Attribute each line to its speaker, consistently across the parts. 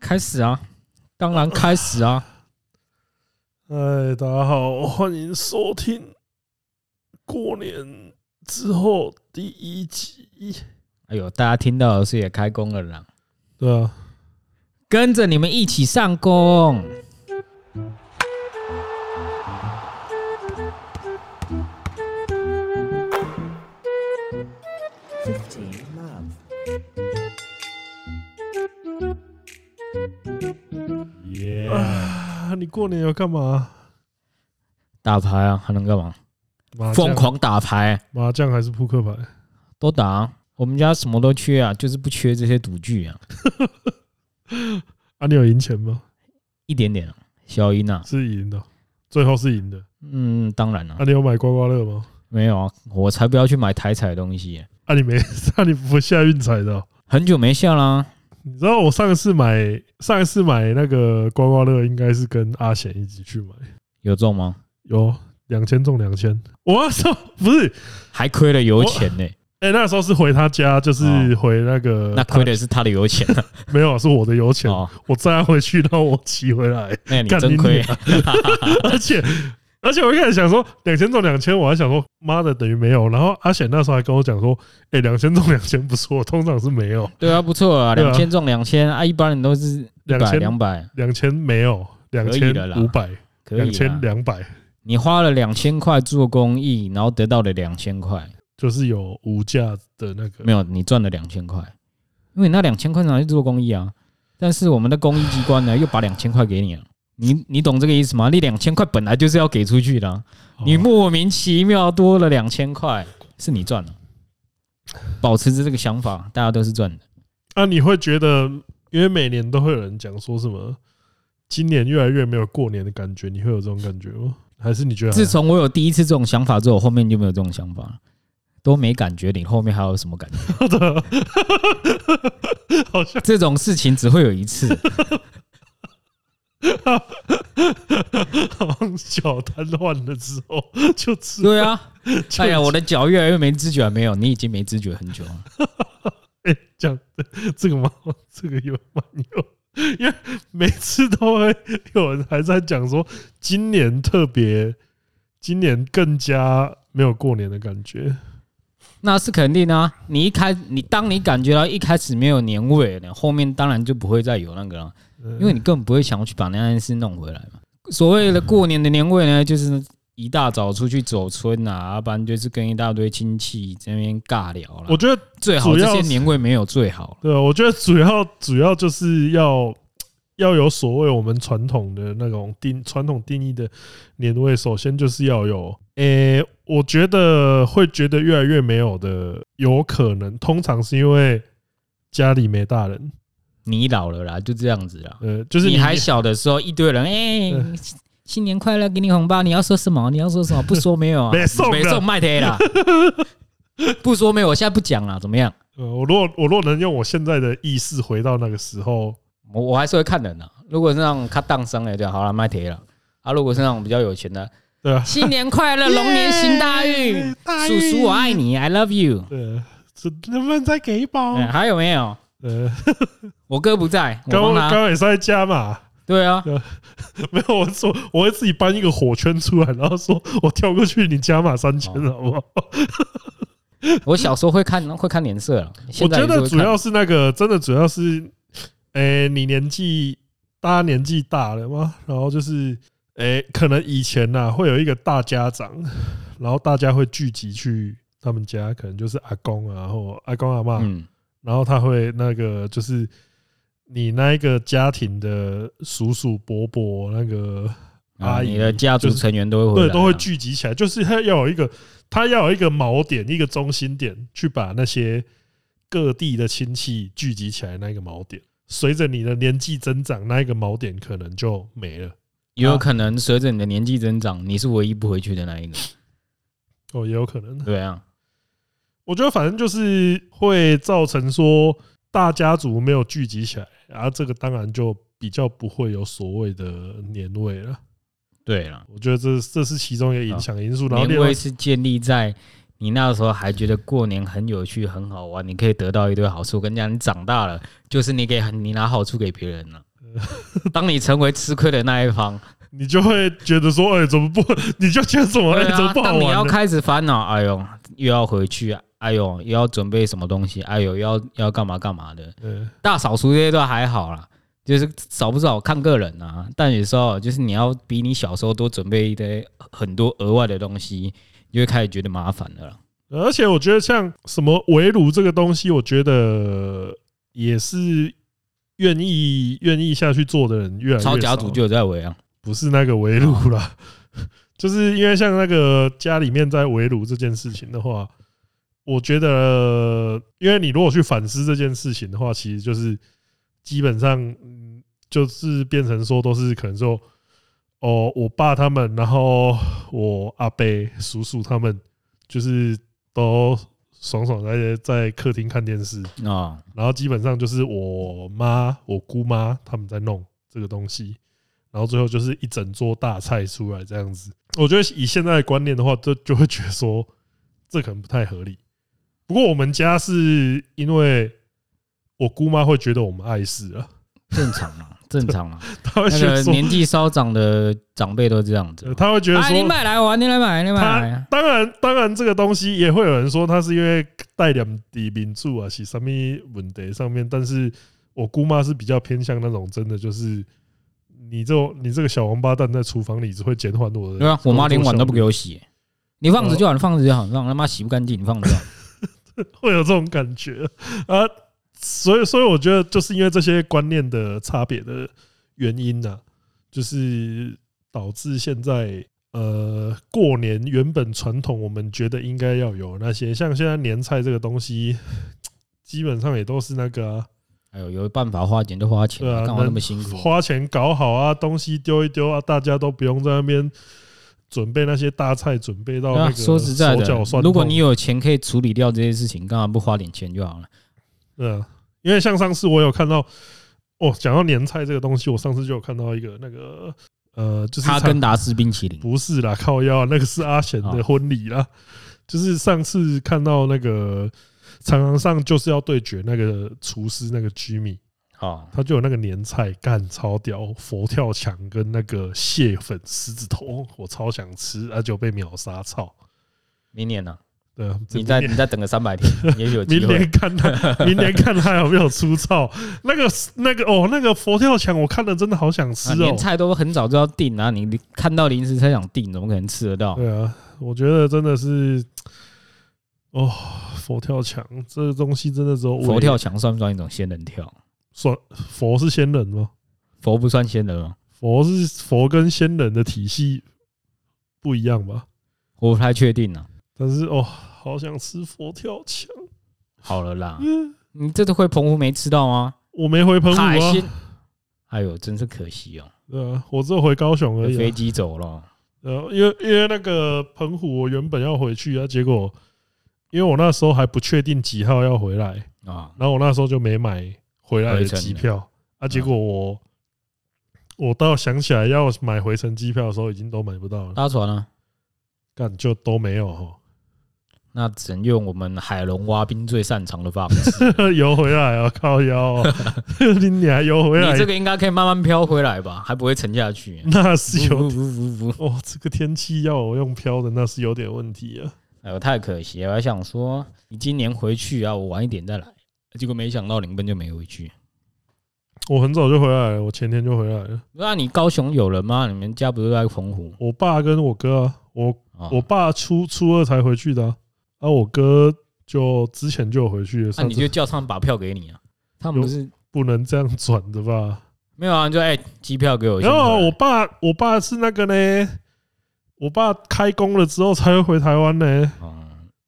Speaker 1: 开始啊，当然开始啊。
Speaker 2: 哎，大家好，欢迎收听过年之后第一集。
Speaker 1: 哎呦，大家听到的是也开工了啦，
Speaker 2: 对啊，
Speaker 1: 跟着你们一起上工。
Speaker 3: 15 love.
Speaker 4: 耶！
Speaker 2: 啊，你过年要干嘛？
Speaker 1: 打牌啊，还能干嘛？
Speaker 2: 麻
Speaker 1: 疯
Speaker 2: 将、
Speaker 1: 狂打牌，
Speaker 2: 麻将还是扑克牌？
Speaker 1: 都打啊、我们家什么都缺啊，就是不缺这些赌具啊，
Speaker 2: 啊，你有赢钱吗？
Speaker 1: 一点点啊，小赢啊。
Speaker 2: 是赢的，最后是赢的。
Speaker 1: 嗯，当然了、
Speaker 2: 啊，你有买刮刮乐吗？
Speaker 1: 没有啊，我才不要去买台彩的东西、
Speaker 2: 啊，你没， 啊，你不下运彩的哦、
Speaker 1: 很久没下啦。
Speaker 2: 你知道我上一次买，上一次买那个刮刮乐，应该是跟阿贤一起去买，
Speaker 1: 有中吗？
Speaker 2: 有两千中两千。我那时候不是，
Speaker 1: 还亏了油钱呢、
Speaker 2: 哎、那时候是回他家，就是
Speaker 1: 哦
Speaker 2: 回那个
Speaker 1: 那亏的是他的油 钱啊
Speaker 2: 没有，是我的油钱，
Speaker 1: 哦，
Speaker 2: 我载他回去，然后我骑回来，
Speaker 1: 那你
Speaker 2: 干
Speaker 1: 真
Speaker 2: 你
Speaker 1: 亏。
Speaker 2: 而且而且我一开始想说两千中两千，我还想说妈的等于没有，然后阿显那时候还跟我讲说，哎，两千中两千不错，通常是没有，
Speaker 1: 对啊，不错啊，
Speaker 2: 对啊
Speaker 1: 两千中两千啊，一般人都是一
Speaker 2: 两
Speaker 1: 百
Speaker 2: 千
Speaker 1: 啊两百，
Speaker 2: 两千没有，两
Speaker 1: 以的
Speaker 2: 千
Speaker 1: 啦
Speaker 2: 五百，
Speaker 1: 可以
Speaker 2: 两千
Speaker 1: 啦。
Speaker 2: 两百，
Speaker 1: 你花了两千块做公益，然后得到了两千块，
Speaker 2: 就是有无价的那个
Speaker 1: 没有，你赚了两千块，因为你那两千块拿去做公益啊。但是我们的公益机关呢，又把两千块给你了。你你懂这个意思吗？你两千块本来就是要给出去的啊、
Speaker 2: 哦
Speaker 1: 你莫名其妙多了两千块，是你赚了。保持着这个想法，大家都是赚的。
Speaker 2: 啊，你会觉得，因为每年都会有人讲说什么，今年越来越没有过年的感觉，你会有这种感觉吗？还是你觉得还
Speaker 1: 自从我有第一次这种想法之后，我后面就没有这种想法了，都没感觉。你后面还有什么感觉？
Speaker 2: 好的？ 好像
Speaker 1: 这种事情只会有一次。
Speaker 2: 好像脚瘫痪了之后就 吃。
Speaker 1: 对啊，
Speaker 2: 就
Speaker 1: 哎呀，我的脚越来越没知觉了，没有，你已经没知觉很久了。
Speaker 2: 哎、讲这个吗？这个有蛮有，因为每次都会有人还在讲说，今年特别，今年更加没有过年的感觉。
Speaker 1: 那是肯定啊，你一开你当你感觉到一开始没有年味了，后面当然就不会再有那个了，
Speaker 2: 因
Speaker 1: 因为你根本不会想要去把那件事弄回来嘛。所谓的过年的年味呢，就是一大早出去走村啊，要不然就是跟一大堆亲戚这边尬聊
Speaker 2: 我
Speaker 1: 了。
Speaker 2: 觉得
Speaker 1: 最好这些
Speaker 2: 主要是
Speaker 1: 年味没有最好，
Speaker 2: 对，我觉得主要主要就是要要有所谓我们传统的那种定传统定义的年味，首先就是要有，诶、我觉得会觉得越来越没有的，有可能通常是因为家里没大人，
Speaker 1: 你老了啦，就这样子啦。
Speaker 2: 呃，就是
Speaker 1: 你还小的时候，一堆人哎、
Speaker 2: 嗯
Speaker 1: 新年快乐，给你红包，你要说什么？你要说什么？不说没有啊，
Speaker 2: 没送了
Speaker 1: 没送卖贴 啦，不说没有，我现在不讲了，怎么样？
Speaker 2: 呃，我若我若能用我现在的意识回到那个时候，
Speaker 1: 我我还是会看人的、啊如果是那种他当生的，就好了，卖贴了。啊，如果是那种比较有钱的，
Speaker 2: 对啊，哎
Speaker 1: 新年快乐，龙年行大运
Speaker 2: 耶，大
Speaker 1: 叔
Speaker 2: 运
Speaker 1: 叔我爱你，I love you。
Speaker 2: 对，这能不能再给一包？
Speaker 1: 嗯，还有没有？
Speaker 2: 呃，
Speaker 1: 我哥不在，我
Speaker 2: 刚
Speaker 1: 帮
Speaker 2: 刚
Speaker 1: 他。
Speaker 2: 刚也是在家嘛，
Speaker 1: 对啊，
Speaker 2: 没有，我说我会自己搬一个火圈出来，然后说我跳过去，你加码三千，
Speaker 1: 哦
Speaker 2: 好不好？
Speaker 1: 我小时候会看会看脸色了，
Speaker 2: 我
Speaker 1: 现在
Speaker 2: 觉
Speaker 1: 也是
Speaker 2: 得
Speaker 1: 会
Speaker 2: 主
Speaker 1: 看
Speaker 2: 要是那个，真的主要是，诶，你年纪大家年纪大了嘛，然后就是，诶，可能以前呐、会有一个大家长，然后大家会聚集去他们家，可能就是阿公啊，或阿公阿妈，
Speaker 1: 嗯，
Speaker 2: 然后他会那个就是你那一个家庭的叔叔伯伯那个
Speaker 1: 啊，
Speaker 2: 阿姨
Speaker 1: 你的家族
Speaker 2: 就是
Speaker 1: 成员都会回
Speaker 2: 对，
Speaker 1: 来
Speaker 2: 都会
Speaker 1: 啊
Speaker 2: 聚集起来，就是它要有一个，它要有一个锚点，一个中心点，去把那些各地的亲戚聚集起来，那一个锚点。随着你的年纪增长，那一个锚点可能就没了。
Speaker 1: 也有可能随着你的年纪增长，你是唯一不回去的那一个。
Speaker 2: 哦，也有可能。
Speaker 1: 对啊，
Speaker 2: 我觉得反正就是会造成说大家族没有聚集起来，啊，这个当然就比较不会有所谓的年味了。
Speaker 1: 对了，
Speaker 2: 我觉得这这是其中一个影响因素。然后
Speaker 1: 年
Speaker 2: 另外
Speaker 1: 味是建立在你那时候还觉得过年很有趣、很好玩，你可以得到一堆好处。我跟你讲，你长大了，就是你给你拿好处给别人了，当你成为吃亏的那一方，
Speaker 2: 你就会觉得说，哎、怎么不？你就觉得怎么，哎、
Speaker 1: 对
Speaker 2: 怎
Speaker 1: 啊
Speaker 2: 么，不好
Speaker 1: 当你要
Speaker 2: 玩呢？
Speaker 1: 开始烦恼，哎呦，又要回去，哎呦，又要准备什么东西，哎呦，又要要干嘛干嘛的。
Speaker 2: 嗯
Speaker 1: 大扫除这些都还好啦，就是少不少看个人啊。但有时候就是你要比你小时候多准备一堆很多额外的东西，你就会开始觉得麻烦了啦。
Speaker 2: 而且我觉得像什么围炉这个东西，我觉得也是愿意愿意下去做的人越来越少
Speaker 1: 超
Speaker 2: 了。
Speaker 1: 家族就有在围啊，
Speaker 2: 不是那个围炉啦， 就是因为像那个家里面在围炉这件事情的话，我觉得，因为你如果去反思这件事情的话，其实就是基本上嗯就是变成说都是可能说哦，我爸他们，然后我阿伯、叔叔他们，就是都爽爽在在客厅看电视，
Speaker 1: 哦，
Speaker 2: 然后基本上就是我妈、我姑妈他们在弄这个东西，然后最后就是一整桌大菜出来这样子。我觉得以现在的观念的话，就就会觉得说这可能不太合理。不过我们家是因为我姑妈会觉得我们碍事啊，
Speaker 1: 正常啊，正常啊。
Speaker 2: 她 会
Speaker 1: 那
Speaker 2: 觉得
Speaker 1: 个
Speaker 2: 说，
Speaker 1: 年纪稍长的长辈都这样子
Speaker 2: 呃。她会觉得
Speaker 1: 啊，你
Speaker 2: 说，
Speaker 1: 买来玩，你来买，你买
Speaker 2: 她
Speaker 1: 来。
Speaker 2: 当然当然这个东西也会有人说它是因为带点底民主啊，是什么问题上面，但是我姑妈是比较偏向那种真的就是你这种你这个小王八蛋在厨房里只会减缓我的。
Speaker 1: 对啊，我妈连碗都不给我洗、你放着就好，你放着就好，让他妈洗不干净，你放着就 好。
Speaker 2: 会有这种感觉啊。所以，所以我觉得就是因为这些观念的差别的原因呢、就是导致现在呃过年原本传统我们觉得应该要有那些，像现在年菜这个东西，基本上也都是那个啊、
Speaker 1: 哎呦，有办法花钱就花钱
Speaker 2: 对
Speaker 1: 啊，
Speaker 2: 啊
Speaker 1: 干嘛那么辛苦？
Speaker 2: 花钱搞好啊，东西丢一丢啊，大家都不用在那边准备那些大菜，准备到
Speaker 1: 对
Speaker 2: 那
Speaker 1: 啊，
Speaker 2: 个
Speaker 1: 说实在
Speaker 2: 手脚
Speaker 1: 的
Speaker 2: 酸，痛啊
Speaker 1: 如果你有钱可以处理掉这些事情，干嘛不花点钱就好了？
Speaker 2: 对啊，因为像上次我有看到，哦，讲到年菜这个东西，我上次就有看到一个那个呃，就是
Speaker 1: 哈
Speaker 2: 上
Speaker 1: 根达斯冰淇淋，
Speaker 2: 不是啦，靠腰啊那个是阿贤的
Speaker 1: 哦
Speaker 2: 婚礼啦，就是上次看到那个常常上就是要对决那个厨师那个 Jimmy，
Speaker 1: 哦，
Speaker 2: 他就有那个年菜干超屌，佛跳墙跟那个蟹粉狮子头，我超想吃，啊就被秒杀操，
Speaker 1: 明年呢、
Speaker 2: 对啊，
Speaker 1: 你再你再等个三百天， 也许有机
Speaker 2: 明
Speaker 1: 会啊
Speaker 2: 年。看他，明年看他有没有粗糙。那个那个哦，那个佛跳墙，我看了真的好想吃
Speaker 1: 啊，
Speaker 2: 哦
Speaker 1: 年。菜都很早就要订啊，你你看到零食才想订，怎么可能吃得到？
Speaker 2: 对啊，我觉得真的是，哦，佛跳墙这个东西真的只有我
Speaker 1: 佛跳墙算不算一种仙人跳？
Speaker 2: 算佛是仙人吗？
Speaker 1: 佛不算仙人吗？
Speaker 2: 佛是佛跟仙人的体系不一样吧？
Speaker 1: 我不太确定啊呢、
Speaker 2: 但是哦，好想吃佛跳墙，
Speaker 1: 好了啦，
Speaker 2: 嗯，
Speaker 1: 你这次回澎湖没吃到吗？
Speaker 2: 我没回澎湖
Speaker 1: 海
Speaker 2: 啊
Speaker 1: 鲜，，哎呦，真是可惜哦，
Speaker 2: 对啊，我只有回高雄而已啊、
Speaker 1: 飞机走了。
Speaker 2: 呃，因为因为那个澎湖，我原本要回去啊，结果因为我那时候还不确定几号要回来，
Speaker 1: 啊，
Speaker 2: 然后我那时候就没买回来的
Speaker 1: 回程的嗯
Speaker 2: 机票啊，结果我我到想起来要买回程机票的时候，已经都买不到了，
Speaker 1: 搭船啊，
Speaker 2: 干就都没有哈，
Speaker 1: 那只能用我们海龙蛙兵最擅长的方式。
Speaker 2: 游回来啊，靠腰、 哦，你你还游回来
Speaker 1: 你，这个应该可以慢慢飘回来吧，还不会沉下去。
Speaker 2: 那 是有
Speaker 1: 不不不 不不，
Speaker 2: 哦，这个天气要我用漂的，那是有点问题啊。
Speaker 1: 哎呦，太可惜了！我还想说，你今年回去啊，我晚一点再来，结果没想到林奔就没回去。
Speaker 2: 我很早就回来了，我前天就回来了，
Speaker 1: 那你高雄有人吗？你们家不是在澎湖？
Speaker 2: 我爸跟我哥啊，我
Speaker 1: 啊
Speaker 2: 我爸初初二才回去的啊，啊我哥就之前就有回去了，
Speaker 1: 那
Speaker 2: 上
Speaker 1: 你就
Speaker 2: 次
Speaker 1: 叫他们把票给你啊，他们不是
Speaker 2: 不能这样转的吧？
Speaker 1: 没有啊？你就哎，机票给我。
Speaker 2: 然后
Speaker 1: 先回来
Speaker 2: 我爸，我爸是那个呢，我爸开工了之后才会回台湾呢，
Speaker 1: 嗯，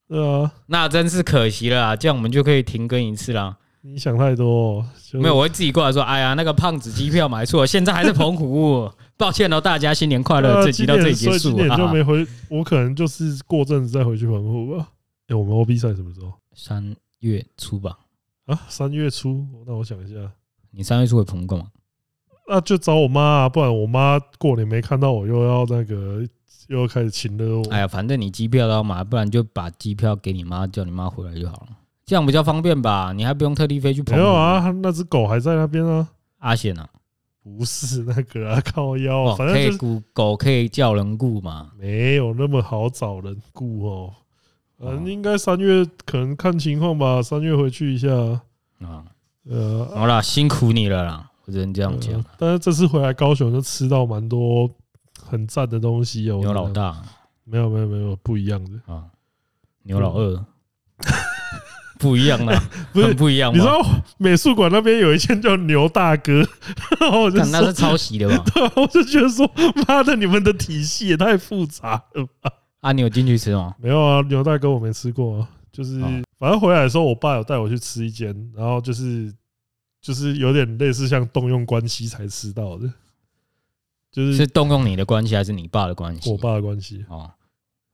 Speaker 2: 对啊，
Speaker 1: 那真是可惜了啊，这样我们就可以停更一次啦。
Speaker 2: 你想太多，就是
Speaker 1: 没有，我会自己过来说，哎呀，那个胖子机票买错，现在还在澎湖， 抱歉哦，大家新年快
Speaker 2: 对啊
Speaker 1: 乐，这集
Speaker 2: 今
Speaker 1: 到这里
Speaker 2: 年
Speaker 1: 结
Speaker 2: 所以今
Speaker 1: 束
Speaker 2: 年就
Speaker 1: 啊。
Speaker 2: 没回，我可能就是过阵子再回去澎湖吧。哎，我们 OB 赛什么时候
Speaker 1: 三月初吧，
Speaker 2: 啊？三月初，那我想一下，
Speaker 1: 你三月初回澎湖干嘛？
Speaker 2: 那就找我妈啊，不然我妈过年没看到我，又要那个又要开始请了我。
Speaker 1: 哎呀，反正你机票都要买，不然就把机票给你妈，叫你妈回来就好了，这样比较方便吧？你还不用特地飞去澎
Speaker 2: 没
Speaker 1: 湖。
Speaker 2: 有啊，那只狗还在那边啊。
Speaker 1: 阿显啊，
Speaker 2: 不是那 个啊，靠腰啊，
Speaker 1: 哦，
Speaker 2: 反正
Speaker 1: 可
Speaker 2: 就
Speaker 1: 以
Speaker 2: 是
Speaker 1: 雇狗可以叫人雇嘛，
Speaker 2: 没有那么好找人雇哦。嗯，
Speaker 1: 哦
Speaker 2: 应该三月可能看情况吧，三月回去一下。
Speaker 1: 啊、
Speaker 2: 呃，
Speaker 1: 好啦，辛苦你了啦，我只能这样讲啊
Speaker 2: 呃。但是这次回来高雄就吃到蛮多很赞的东西哦。
Speaker 1: 牛
Speaker 2: 我
Speaker 1: 老
Speaker 2: 觉得，
Speaker 1: 大
Speaker 2: 没有没有没有不一样的，
Speaker 1: 啊，牛老二， 不一样啊，
Speaker 2: 嗯 不是
Speaker 1: 很不一样
Speaker 2: 你知
Speaker 1: 吗？
Speaker 2: 道美术馆那边有一间叫牛大哥， 然后我就
Speaker 1: 看那
Speaker 2: 说
Speaker 1: 是抄袭的 吧？
Speaker 2: 我就觉得说，妈的，你们的体系也太复杂了吧？
Speaker 1: 啊，你有进去吃吗？
Speaker 2: 没有啊，牛大哥我没吃过啊，就是
Speaker 1: 哦
Speaker 2: 反正回来的时候，我爸有带我去吃一间，然后就是就是有点类似像动用关系才吃到的，就是
Speaker 1: 是动用你的关系还是你爸的关系？
Speaker 2: 我爸的关系。
Speaker 1: 哦，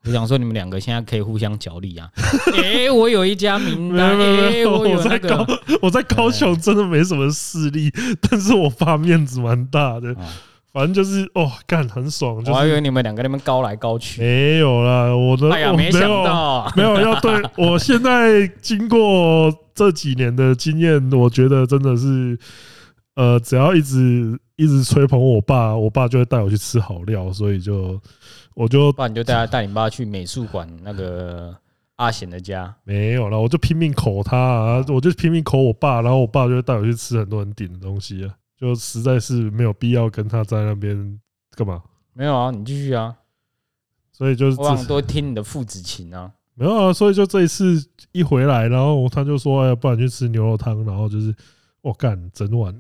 Speaker 1: 我想说你们两个现在可以互相角 力啊！诶，我有一家名
Speaker 2: 没有
Speaker 1: 单，
Speaker 2: 没有没
Speaker 1: 诶，
Speaker 2: 有，
Speaker 1: 有
Speaker 2: 我在
Speaker 1: 那个
Speaker 2: 高
Speaker 1: 哦
Speaker 2: 我在高雄真的没什么势力，
Speaker 1: 哎
Speaker 2: 但是我爸面子蛮大的，反正就是哦，干很爽，
Speaker 1: 哦
Speaker 2: 就
Speaker 1: 我还以
Speaker 2: 是
Speaker 1: 为你们两个在那边高来高去。
Speaker 2: 没有啦，我的
Speaker 1: 哎呀，
Speaker 2: 我
Speaker 1: 没想
Speaker 2: 有
Speaker 1: 到啊，
Speaker 2: 没有要对我现在经过这几年的经验，我觉得真的是，呃，只要一直一直吹捧我爸，我爸就会带我去吃好料，所以就我就
Speaker 1: 不然你就带他带你爸去美术馆那个阿贤的家。
Speaker 2: 没有了，我就拼命口他、啊，我就拼命口我爸，然后我爸就会带我去吃很多人顶的东西啊，就实在是没有必要跟他在那边干嘛，
Speaker 1: 没有啊，你继续啊，
Speaker 2: 所以就是
Speaker 1: 我想多听你的父子情啊。
Speaker 2: 没有啊，所以就这一次一回来，然后他就说：“哎呀，不然去吃牛肉汤。”然后就是我干，整碗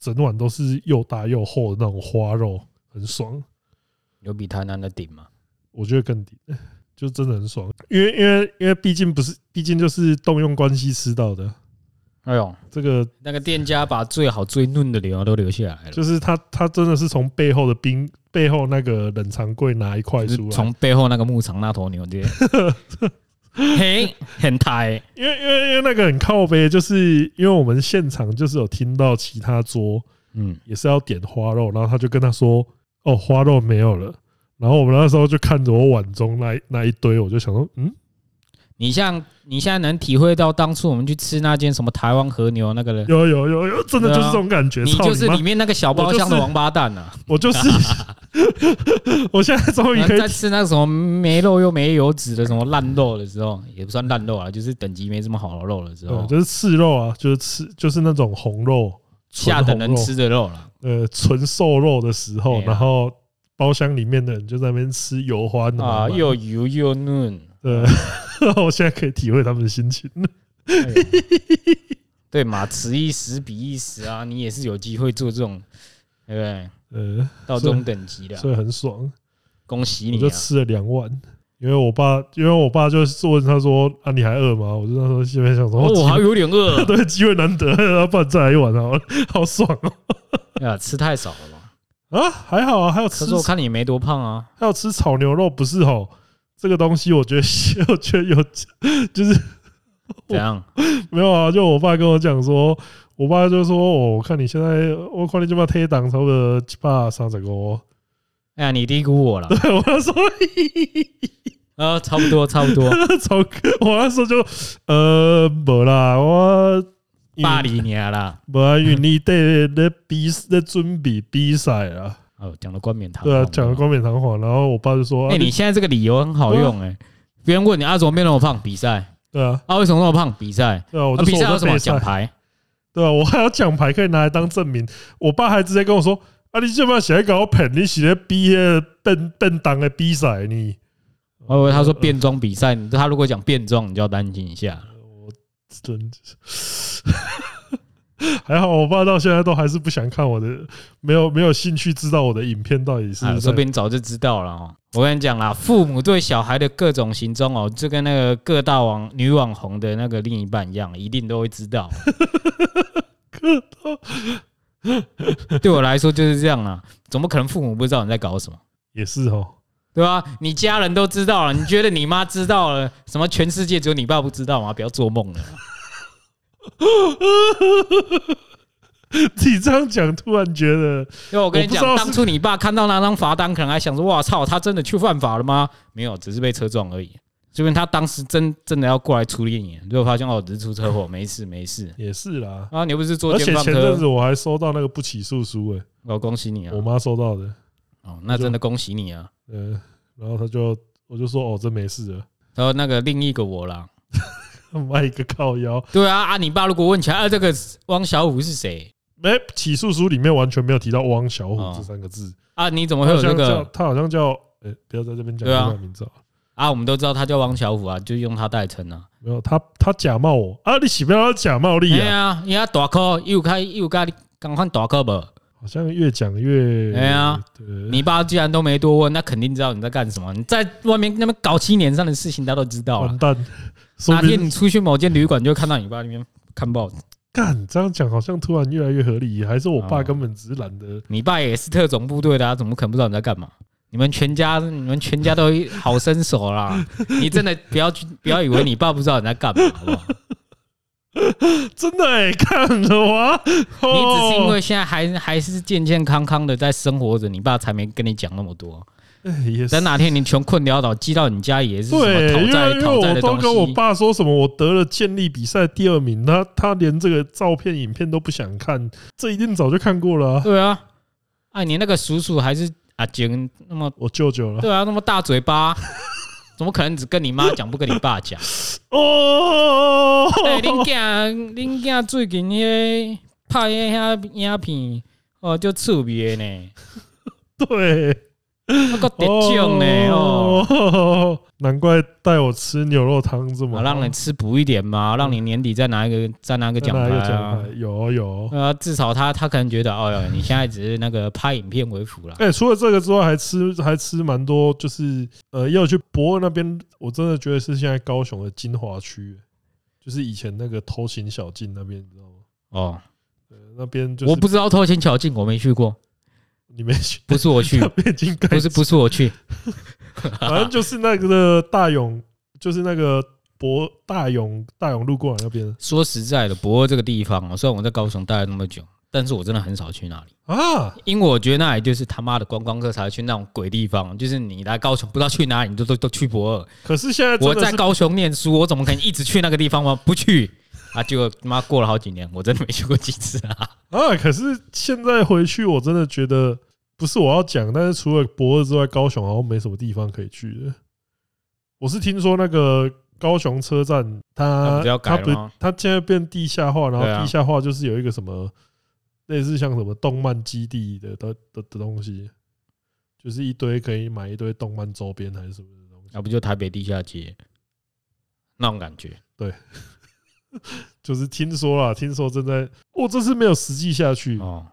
Speaker 2: 整碗都是又大又厚的那种花肉，很爽。
Speaker 1: 有比台南的顶吗？
Speaker 2: 我觉得更顶， 就真的很爽。因为因为因为毕竟不是，毕竟就是动用关系吃到的。
Speaker 1: 哎呦，
Speaker 2: 这个
Speaker 1: 那个店家把最好最嫩的牛都留下来了，
Speaker 2: 就是他，他真的是从背后的冰背后那个冷藏柜拿一块
Speaker 1: 就是
Speaker 2: 出来
Speaker 1: 从，背后那个牧场那头牛 直接，嘿，很抬
Speaker 2: 因为因为因为那个很靠背，就是因为我们现场就是有听到其他桌
Speaker 1: 嗯，
Speaker 2: 也是要点花肉，然后他就跟他说：“哦，花肉没有了。”然后我们那时候就看着我碗中那那一堆，我就想说：“嗯，
Speaker 1: 你像你现在能体会到当初我们去吃那间什么台湾和牛那个人，
Speaker 2: 有有有有，真的就是这种感觉。”
Speaker 1: 啊你
Speaker 2: 操
Speaker 1: 就是
Speaker 2: 你
Speaker 1: 里
Speaker 2: 妈！
Speaker 1: 面那个小包厢的王八蛋啊！
Speaker 2: 我就是， 我现在终于可以
Speaker 1: 在吃那个什么没肉又没油脂的什么烂肉的时候，也不算烂肉啊，就是等级没这么好的肉的时
Speaker 2: 呃，
Speaker 1: 候，
Speaker 2: 就是刺肉啊，就是吃就是那种红肉，纯
Speaker 1: 下等人
Speaker 2: 红肉
Speaker 1: 吃的肉啊了。
Speaker 2: 呃纯瘦肉的时候
Speaker 1: 哎，呀
Speaker 2: 然后包厢里面的人就在那边吃油花
Speaker 1: 啊，
Speaker 2: 呢。
Speaker 1: 又油又嫩。
Speaker 2: 呃， 我现在可以体会他们的心情。
Speaker 1: 哎呀对嘛，此一时彼一时啊，你也是有机会做这种，对不对？
Speaker 2: 呃，
Speaker 1: 到这种等级的啊，
Speaker 2: 所以很爽。
Speaker 1: 恭喜
Speaker 2: 我
Speaker 1: 你
Speaker 2: 就
Speaker 1: 啊！
Speaker 2: 吃了两碗，因为我爸，因为我爸就是问他说：“啊，你还饿吗？”我就那时候心里面想说：“
Speaker 1: 哦，我
Speaker 2: 机
Speaker 1: 还
Speaker 2: 会
Speaker 1: 有点饿
Speaker 2: 对，机会难得， 然后不然再来一碗好了，好爽哦！
Speaker 1: 啊，吃太少了吧？
Speaker 2: 啊，还好啊，还有吃
Speaker 1: 可是我看你也没多胖啊，
Speaker 2: 还有吃炒牛肉，不是吼？这个东西我觉得 我觉得有就是
Speaker 1: 怎样？
Speaker 2: 没有啊，就我爸跟我讲说，我爸就说：“哦，我看你现在我看你这把贴档差不多七八三十个。”
Speaker 1: 哎呀，你低估我了
Speaker 2: 对， 我那时候
Speaker 1: 啊，差不多，差不多，
Speaker 2: 炒，我那时候就呃，没啦，我。
Speaker 1: 霸凌你啊啦！
Speaker 2: 无啊，因为你得在比在准备比赛啊，
Speaker 1: 哦，讲的冠冕堂
Speaker 2: 对啊，
Speaker 1: 皇
Speaker 2: 讲的。冠冕堂皇。然后我爸就说：“啊
Speaker 1: 哎，你现在这个理由很好用哎，别人问你啊，怎么变那么胖？比赛
Speaker 2: 对啊，
Speaker 1: 啊，为什么那么胖？比赛
Speaker 2: 对啊，我
Speaker 1: 啊，
Speaker 2: 就
Speaker 1: 比
Speaker 2: 说
Speaker 1: 赛有
Speaker 2: 我
Speaker 1: 什
Speaker 2: 在
Speaker 1: 么
Speaker 2: 备
Speaker 1: 奖
Speaker 2: 赛，
Speaker 1: 牌？
Speaker 2: 对啊，我还有奖牌可以拿来当证明。”我爸还直接跟我说：“啊，你这么写搞喷，你写逼笨笨当的比赛你。”
Speaker 1: 我以为哦他说变装比赛，你他如果讲变装，你就要担心一下了。
Speaker 2: 我真还好，我爸到现在都还是不想看我的，没有没有兴趣知道我的影片到底是
Speaker 1: 啊，
Speaker 2: 在
Speaker 1: 说不定早就知道了哦。我跟你讲啦，父母对小孩的各种行踪哦，就跟那个各大网女网红的那个另一半一样，一定都会知道。对我来说就是这样啦，怎么可能父母不知道你在搞什么？
Speaker 2: 也是哦。
Speaker 1: 对吧、你家人都知道了，你觉得你妈知道了，什么全世界只有你爸不知道吗？不要做梦了啦。
Speaker 2: 你这样讲，突然觉得
Speaker 1: 因为我跟你讲，
Speaker 2: 我不知道是
Speaker 1: 当初你爸看到那张罚单，可能还想说：“哇操，他真的去犯法了吗？”没有，只是被车撞而已。就跟他当时真真的要过来处理你，结果发现哦，只是出车祸，没事没事。
Speaker 2: 也是啦。
Speaker 1: 啊，你又不是做
Speaker 2: 而且
Speaker 1: 电棒
Speaker 2: 前阵子
Speaker 1: 科，
Speaker 2: 我还收到那个不起诉书，哎，
Speaker 1: 我恭喜你啊
Speaker 2: 我！妈收到的，
Speaker 1: 哦，那真的恭喜你啊！
Speaker 2: 呃，然后他就我就说哦，真没事了，
Speaker 1: 然后那个另一个我啦，
Speaker 2: 卖一个靠腰，
Speaker 1: 对啊啊！你爸如果问起来，啊，这个汪小虎是谁
Speaker 2: 没起诉书里面完全没有提到汪小虎
Speaker 1: 哦
Speaker 2: 这三个字，
Speaker 1: 啊？你怎么
Speaker 2: 他
Speaker 1: 会
Speaker 2: 好
Speaker 1: 有这
Speaker 2: 像叫
Speaker 1: 个
Speaker 2: 他好像叫，哎，不要在这边讲
Speaker 1: 对啊
Speaker 2: 他名字啊，
Speaker 1: 啊？我们都知道他叫汪小虎啊，就用他代称啊。
Speaker 2: 没有他他假冒我啊，你岂不要假冒力
Speaker 1: 哎
Speaker 2: 啊？
Speaker 1: 呀，伊啊大颗，又开又咖你赶快大颗无？
Speaker 2: 好像越讲越，
Speaker 1: 哎呀
Speaker 2: 对，
Speaker 1: 你爸既然都没多问，那肯定知道你在干什么。你在外面那边搞七年上的事情，他都知道
Speaker 2: 完
Speaker 1: 了。
Speaker 2: 蛋，嗯说
Speaker 1: 哪
Speaker 2: 不定
Speaker 1: 天你出去某间旅馆，就会看到你爸那边看报纸。
Speaker 2: 干，这样讲好像突然越来越合理，还是我爸
Speaker 1: 哦
Speaker 2: 根本只是懒得。
Speaker 1: 你爸也是特种部队的、啊，怎么可能不知道你在干嘛？你们全家，你们全家都好身手 啦！你真的不要去，不要以为你爸不知道你在干嘛，好不好？
Speaker 2: 真的 哎、看着我，你
Speaker 1: 你只是因
Speaker 2: 哦
Speaker 1: 为现在还还是健健康康的在生活着，你爸才没跟你讲那么多。
Speaker 2: 哎也是
Speaker 1: 等哪天你穷困潦倒，寄到你家也是什么
Speaker 2: 对，
Speaker 1: 讨
Speaker 2: 因为
Speaker 1: 债
Speaker 2: 因为
Speaker 1: 讨债
Speaker 2: 我
Speaker 1: 的
Speaker 2: 都
Speaker 1: 东
Speaker 2: 跟我
Speaker 1: 西。
Speaker 2: 爸说什么我得了健力比赛第二名，他他连这个照片影片都不想看，这一定早就看过了 啊、
Speaker 1: 对啊，啊，你那个叔叔还是阿杰那 么
Speaker 2: 我舅舅了
Speaker 1: 对啊，那么大嘴巴，怎么可能只跟你妈讲不跟你爸 讲？
Speaker 2: 哦，
Speaker 1: 哎， 恁囝恁囝最近迄拍迄遐影片，哦，就趣味的呢，
Speaker 2: 对，
Speaker 1: 那个得奖呢哦，
Speaker 2: 哦，难怪带我吃牛肉汤这么
Speaker 1: 啊，
Speaker 2: 好
Speaker 1: 让你吃补一点嘛，让你年底再拿一个再拿一个
Speaker 2: 再
Speaker 1: 奖
Speaker 2: 拿
Speaker 1: 牌
Speaker 2: 一个
Speaker 1: 啊
Speaker 2: 奖。牌，有有。
Speaker 1: 呃，至少他他可能觉得，哦哟，你现在只是那个拍影片为辅啦。
Speaker 2: 哎、除了这个之外，还吃还吃蛮多，就是呃，要去博尔那边，我真的觉得是现在高雄的精华区，就是以前那个偷情小径那边，你知道吗？
Speaker 1: 哦，
Speaker 2: 对，那边就是
Speaker 1: 我不知道偷情巧境，我没去过，
Speaker 2: 你没去，
Speaker 1: 不是我去
Speaker 2: 那，边已经
Speaker 1: 不
Speaker 2: 开
Speaker 1: 是
Speaker 2: 始，
Speaker 1: 不是我去，
Speaker 2: 反正就是那个大勇，就是那个博大勇大勇路过来那边
Speaker 1: 说实在的，博尔这个地方哦，虽然我在高雄待了那么久，但是我真的很少去那里，
Speaker 2: 啊，
Speaker 1: 因为我觉得那里就是他妈的观光客才会去那种鬼地方，就是你来高雄不知道去哪里，你就都都去博尔。
Speaker 2: 可是现在真
Speaker 1: 我
Speaker 2: 的
Speaker 1: 在
Speaker 2: 是啊
Speaker 1: 高雄念书，我怎么可能一直去那个地方吗？不去啊！结果他妈过了好几年，我真的没去过几次 啊。
Speaker 2: 啊，可是现在回去我真的觉得不是我要讲，但是除了博二之外，高雄好像没什么地方可以去的。我是听说那个高雄车站，
Speaker 1: 它
Speaker 2: 它
Speaker 1: 不是要改
Speaker 2: 它
Speaker 1: 了
Speaker 2: 不
Speaker 1: 吗
Speaker 2: 它现在变地下化，然后
Speaker 1: 对啊
Speaker 2: 地下化就是有一个什么类似像什么动漫基地的的的的东西，就是一堆可以买一堆动漫周边还是什么的东西
Speaker 1: 啊那，不就台北地下街那种感觉？
Speaker 2: 就是听说啦，听说正在我这次没有实际下去，
Speaker 1: 哦，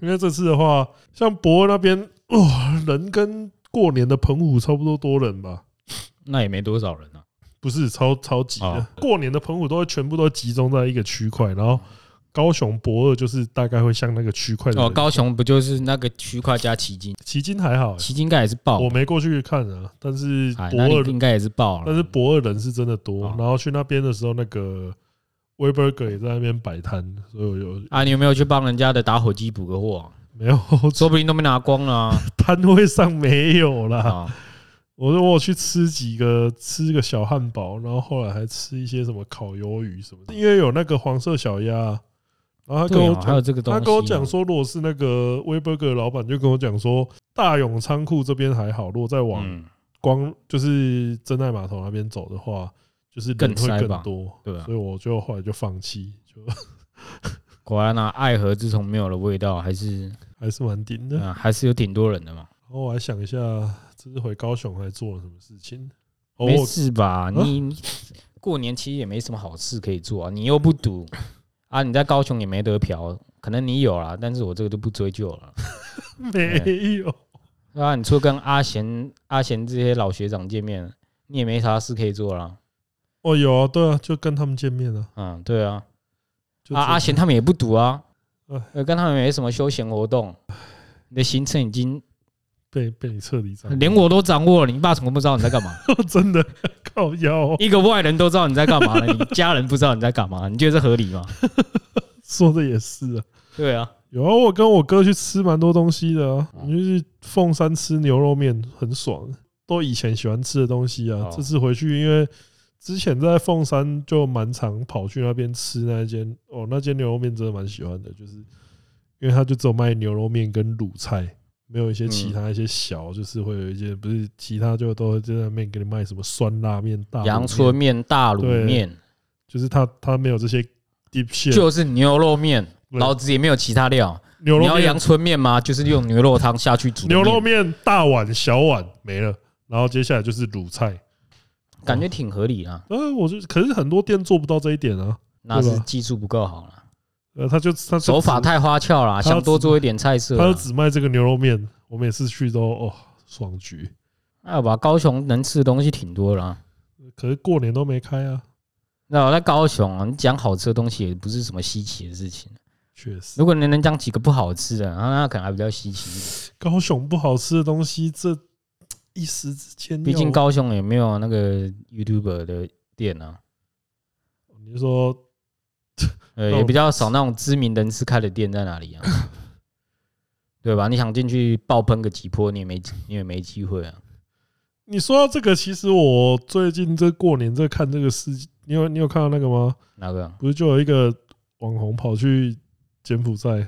Speaker 2: 因为这次的话，像博尔那边，哇、人跟过年的澎湖差不多多人吧？
Speaker 1: 那也没多少人啊。
Speaker 2: 不是，超超级的。
Speaker 1: 哦
Speaker 2: 过年的澎湖都会全部都集中在一个区块，然后高雄博尔就是大概会像那个区块的人。
Speaker 1: 哦，高雄不就是那个区块加旗津？
Speaker 2: 旗津还好、欸，
Speaker 1: 旗津应该也是爆
Speaker 2: 我，没过去看啊，但是
Speaker 1: 哦哎，
Speaker 2: 博
Speaker 1: 那里
Speaker 2: 尔，
Speaker 1: 应该也是爆
Speaker 2: 但
Speaker 1: 了。
Speaker 2: 是博尔人是真的多。
Speaker 1: 哦
Speaker 2: 然后去那边的时候，那个威伯格也在那边摆摊，所以我有
Speaker 1: 啊，你有没有去帮人家的打火机补个 货啊、
Speaker 2: 没有
Speaker 1: 说不定都没拿光了 啊。
Speaker 2: 摊位上没有啦。
Speaker 1: 啊
Speaker 2: 我说我有去吃几个吃个小汉堡，然后后来还吃一些什么烤鱿鱼什么的，因为有那个黄色小鸭，然后他跟
Speaker 1: 对
Speaker 2: 我
Speaker 1: 哦，还有
Speaker 2: 讲，
Speaker 1: 这个东西
Speaker 2: 他
Speaker 1: 哦。
Speaker 2: 跟我讲说，如果是那个威伯格老板，就跟我讲说，大勇仓库这边还好，如果再往
Speaker 1: 嗯，
Speaker 2: 光就是真爱码头那边走的话，就是人
Speaker 1: 更
Speaker 2: 会
Speaker 1: 塞吧
Speaker 2: 更多，
Speaker 1: 对啊
Speaker 2: 所，以我就后来就放弃，就
Speaker 1: 果然啊，爱河自从没有了味道，还是
Speaker 2: 还是蛮顶的。
Speaker 1: 嗯、还是有挺多人的嘛。
Speaker 2: 然后我还想一下，这次回高雄还做了什么事情？哦，
Speaker 1: 没
Speaker 2: 我
Speaker 1: 事吧？你你过年其实也没什么好事可以做啊，你又不 赌啊，你在高雄也没得嫖，可能你有啦，但是我这个就不追究了。
Speaker 2: 没有。
Speaker 1: 对啊，你除了跟阿贤、阿贤这些老学长见面，你也没啥事可以做啦。
Speaker 2: 哦，有啊，对啊，就跟他们见面啊。
Speaker 1: 嗯，对啊，
Speaker 2: 就
Speaker 1: 啊
Speaker 2: 只
Speaker 1: 阿贤他们也不赌啊
Speaker 2: 哎，
Speaker 1: 呃，跟他们没什么休闲活 动。你的行程已经
Speaker 2: 被被你彻底掌握，
Speaker 1: 连我都掌握了，你爸怎么不知道你在干嘛？
Speaker 2: 真的靠腰哦，
Speaker 1: 一个外人都知道你在干嘛了，你家人不知道你在干嘛，你觉得这合理吗？
Speaker 2: 说的也是啊。
Speaker 1: 对 啊，
Speaker 2: 有啊，我跟我哥去吃蛮多东西的啊，我
Speaker 1: 嗯
Speaker 2: 们就去凤山吃牛肉面，很爽。都以前喜欢吃的东西啊
Speaker 1: 哦。
Speaker 2: 这次回去，因为之前在凤山就蛮常跑去那边吃那一间，哦，那间牛肉面真的蛮喜欢的，就是因为它就只有卖牛肉面跟卤菜，没有一些其他一些小，就是会有一些不是其他就都会在那边给你卖什么酸辣面、大卤
Speaker 1: 阳
Speaker 2: 面
Speaker 1: 春，面、大卤
Speaker 2: 对
Speaker 1: 面，
Speaker 2: 就是它它没有这些 deep shit
Speaker 1: 就是牛肉面，
Speaker 2: 对
Speaker 1: 老子也没有其他料。
Speaker 2: 牛
Speaker 1: 你
Speaker 2: 肉
Speaker 1: 要
Speaker 2: 面
Speaker 1: 阳春面吗？就是用牛肉汤下去煮的
Speaker 2: 牛肉，面大碗小碗没了，然后接下来就是卤菜。
Speaker 1: 感觉挺合理啊。
Speaker 2: 呃，我就可是很多店做不到这一点啊。
Speaker 1: 那是
Speaker 2: 对吧
Speaker 1: 技术不够好了，
Speaker 2: 呃，他就他就
Speaker 1: 手法
Speaker 2: 只
Speaker 1: 太花俏了，
Speaker 2: 他要
Speaker 1: 想多做一点菜色
Speaker 2: 他
Speaker 1: 啊。
Speaker 2: 就只卖这个牛肉面，我每次去都哦爽局。
Speaker 1: 哎吧，高雄能吃的东西挺多啦。
Speaker 2: 可是过年都没开啊，
Speaker 1: 那我在高雄啊，你讲好吃的东西也不是什么稀奇的事情。
Speaker 2: 确实。
Speaker 1: 如果你能讲几个不好吃的，啊那可能还比较稀奇一点。
Speaker 2: 高雄不好吃的东西，这一时之间要，
Speaker 1: 毕竟高雄也没有那个 YouTuber 的店啊，
Speaker 2: 你说
Speaker 1: 呃，
Speaker 2: 那
Speaker 1: 也
Speaker 2: 我
Speaker 1: 比较少那种知名人士开的店在哪 里啊，对吧？你想进去爆喷个几波，你也没你也没机会啊。
Speaker 2: 你说到这个，其实我最近这过年这看这个事，你有你有看到那个吗？
Speaker 1: 哪个？
Speaker 2: 不是就有一个网红跑去柬埔寨，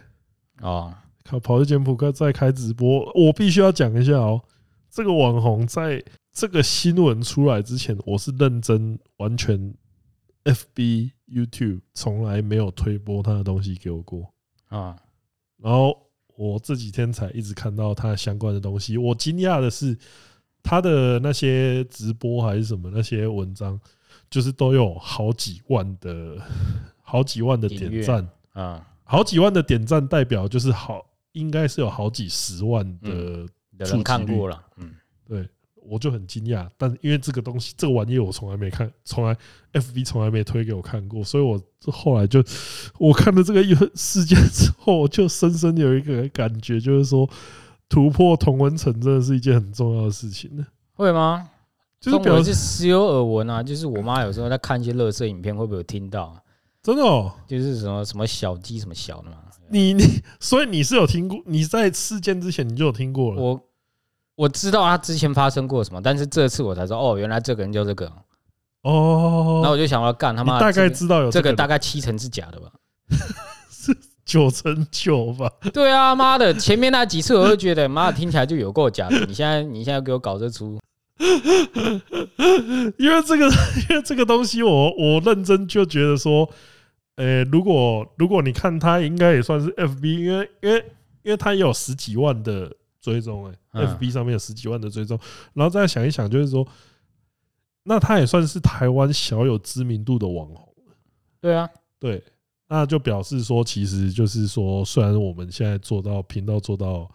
Speaker 1: 哦，
Speaker 2: 跑跑去柬埔寨再开直播，我必须要讲一下哦。这个网红在这个新闻出来之前，我是认真完全，FB、YouTube 从来没有推播他的东西给我过。
Speaker 1: 啊、
Speaker 2: 然后我这几天才一直看到他相关的东西。我惊讶的是，他的那些直播还是什么那些文章，就是都有好几万的、好几万的
Speaker 1: 订阅
Speaker 2: 点赞。
Speaker 1: 啊、
Speaker 2: 好几万的点赞代表就是好，应该是有好几十万的，
Speaker 1: 有人看过了，嗯，
Speaker 2: 对，我就很惊讶。但因为这个东西，这个玩意我从来没看，从来 FB 从来没推给我看过，所以我后来就我看了这个事件之后，我就深深有一个感觉，就是说突破同温层真的是一件很重要的事情呢。
Speaker 1: 会吗？
Speaker 2: 就是
Speaker 1: 中
Speaker 2: 表
Speaker 1: 文
Speaker 2: 示
Speaker 1: 是时有耳闻啊，就是我妈有时候在看一些乐色影片，会不会有听到啊？
Speaker 2: 真的哦，
Speaker 1: 就是什么什么小鸡什么小的嘛。
Speaker 2: 你你所以你是有听过，你在事件之前你就有听过了，
Speaker 1: 我我知道他之前发生过什么，但是这次我才知道，哦，原来这个人叫这个。然后
Speaker 2: 哦，
Speaker 1: 我就想要干他
Speaker 2: 你
Speaker 1: 妈的，
Speaker 2: 大概
Speaker 1: 这个
Speaker 2: 知道有
Speaker 1: 这个
Speaker 2: 人
Speaker 1: 大概七成是假的吧？
Speaker 2: 九成九吧。
Speaker 1: 对啊，妈的，前面那几次我就觉得，妈的听起来就有够 假的。你现在你现在给我搞这出，
Speaker 2: 因为这个，因为这个东西我，我认真就觉得说，呃，如果如果你看他，应该也算是 FB，因为因为因为他也有十几万的追踪、欸，
Speaker 1: 嗯
Speaker 2: f b 上面有十几万的追踪，然后再想一想，就是说，那他也算是台湾小有知名度的网红，
Speaker 1: 对啊，
Speaker 2: 对，那就表示说，其实就是说，虽然我们现在做到频道做到，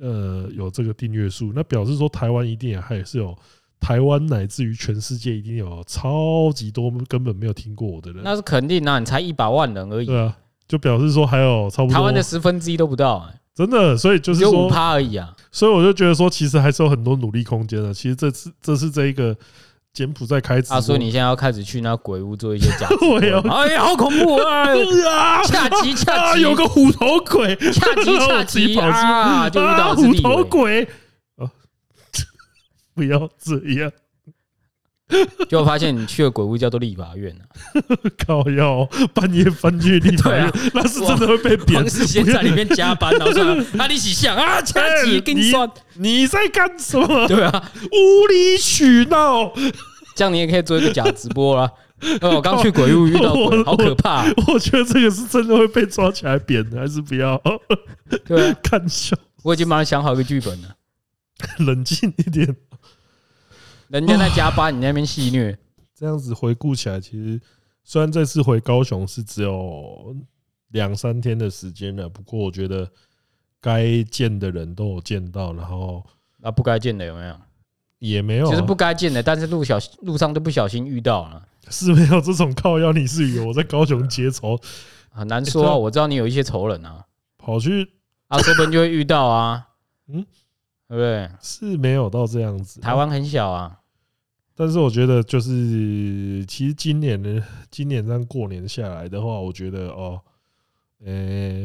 Speaker 2: 呃，有这个订阅数，那表示说台湾一定也还是有台湾乃至于全世界一定有超级多根本没有听过我的人，
Speaker 1: 那是肯定啊，你才一百万人而已，
Speaker 2: 对啊，就表示说还有差不
Speaker 1: 台湾的
Speaker 2: 多
Speaker 1: 十分之一都不到、欸，
Speaker 2: 真的，所以就是
Speaker 1: 只有五
Speaker 2: 说，
Speaker 1: 趴而已啊。
Speaker 2: 所以我就觉得说，其实还是有很多努力空间的。其实这次这次这一个柬埔寨开直播，
Speaker 1: 啊，所以你现在要开始去那鬼屋做一些假直播
Speaker 2: 我也要
Speaker 1: 哎呀，好恐怖 啊！
Speaker 2: 啊
Speaker 1: 恰吉恰
Speaker 2: 啊，
Speaker 1: 吉，
Speaker 2: 有个虎头鬼，
Speaker 1: 恰吉
Speaker 2: 然后
Speaker 1: 恰
Speaker 2: 我自己
Speaker 1: 吉
Speaker 2: 跑出
Speaker 1: 啊，就遇到
Speaker 2: 啊，
Speaker 1: 是
Speaker 2: 虎
Speaker 1: 立
Speaker 2: 头
Speaker 1: 委，
Speaker 2: 鬼啊！ 不要这样，
Speaker 1: 结果发现你去的鬼屋叫做立法院 啊，
Speaker 2: 靠腰半夜翻去立法院，
Speaker 1: 啊
Speaker 2: 那是真的会被扁
Speaker 1: 黄。世贤在里面加班，然后说啊，你起想 啊，恰
Speaker 2: 哎
Speaker 1: 吉跟你说，
Speaker 2: 你在干什么？
Speaker 1: 对啊，
Speaker 2: 无理取闹！
Speaker 1: 这样你也可以做一个假直播 啦。呃，我刚去鬼屋遇到鬼，好可怕、啊
Speaker 2: 我觉得这个是真的会被抓起来扁的，还是不要？哦
Speaker 1: 对、啊，
Speaker 2: 看笑，
Speaker 1: 我已经马上想好一个剧本了，
Speaker 2: 冷静一点。
Speaker 1: 人家在加班，你在那边戏虐，
Speaker 2: 这样子回顾起来，其实虽然这次回高雄是只有两三天的时间了，不过我觉得该见的人都有见到，然后
Speaker 1: 啊，不该见的有没有？
Speaker 2: 也没有、啊，
Speaker 1: 就是不该见的，但是路小路上都不小心遇到了。
Speaker 2: 是没有这种靠腰。你是以为我在高
Speaker 1: 啊
Speaker 2: 雄结仇，
Speaker 1: 很难说、啊，我知道你有一些仇人啊，
Speaker 2: 跑去
Speaker 1: 啊，说不定就会遇到啊，嗯
Speaker 2: 嗯，
Speaker 1: 对不对？
Speaker 2: 是没有到这样子。
Speaker 1: 台，湾很小啊，
Speaker 2: 但是我觉得就是其实今年的 今年这样过年下来的话，我觉得哦，呃、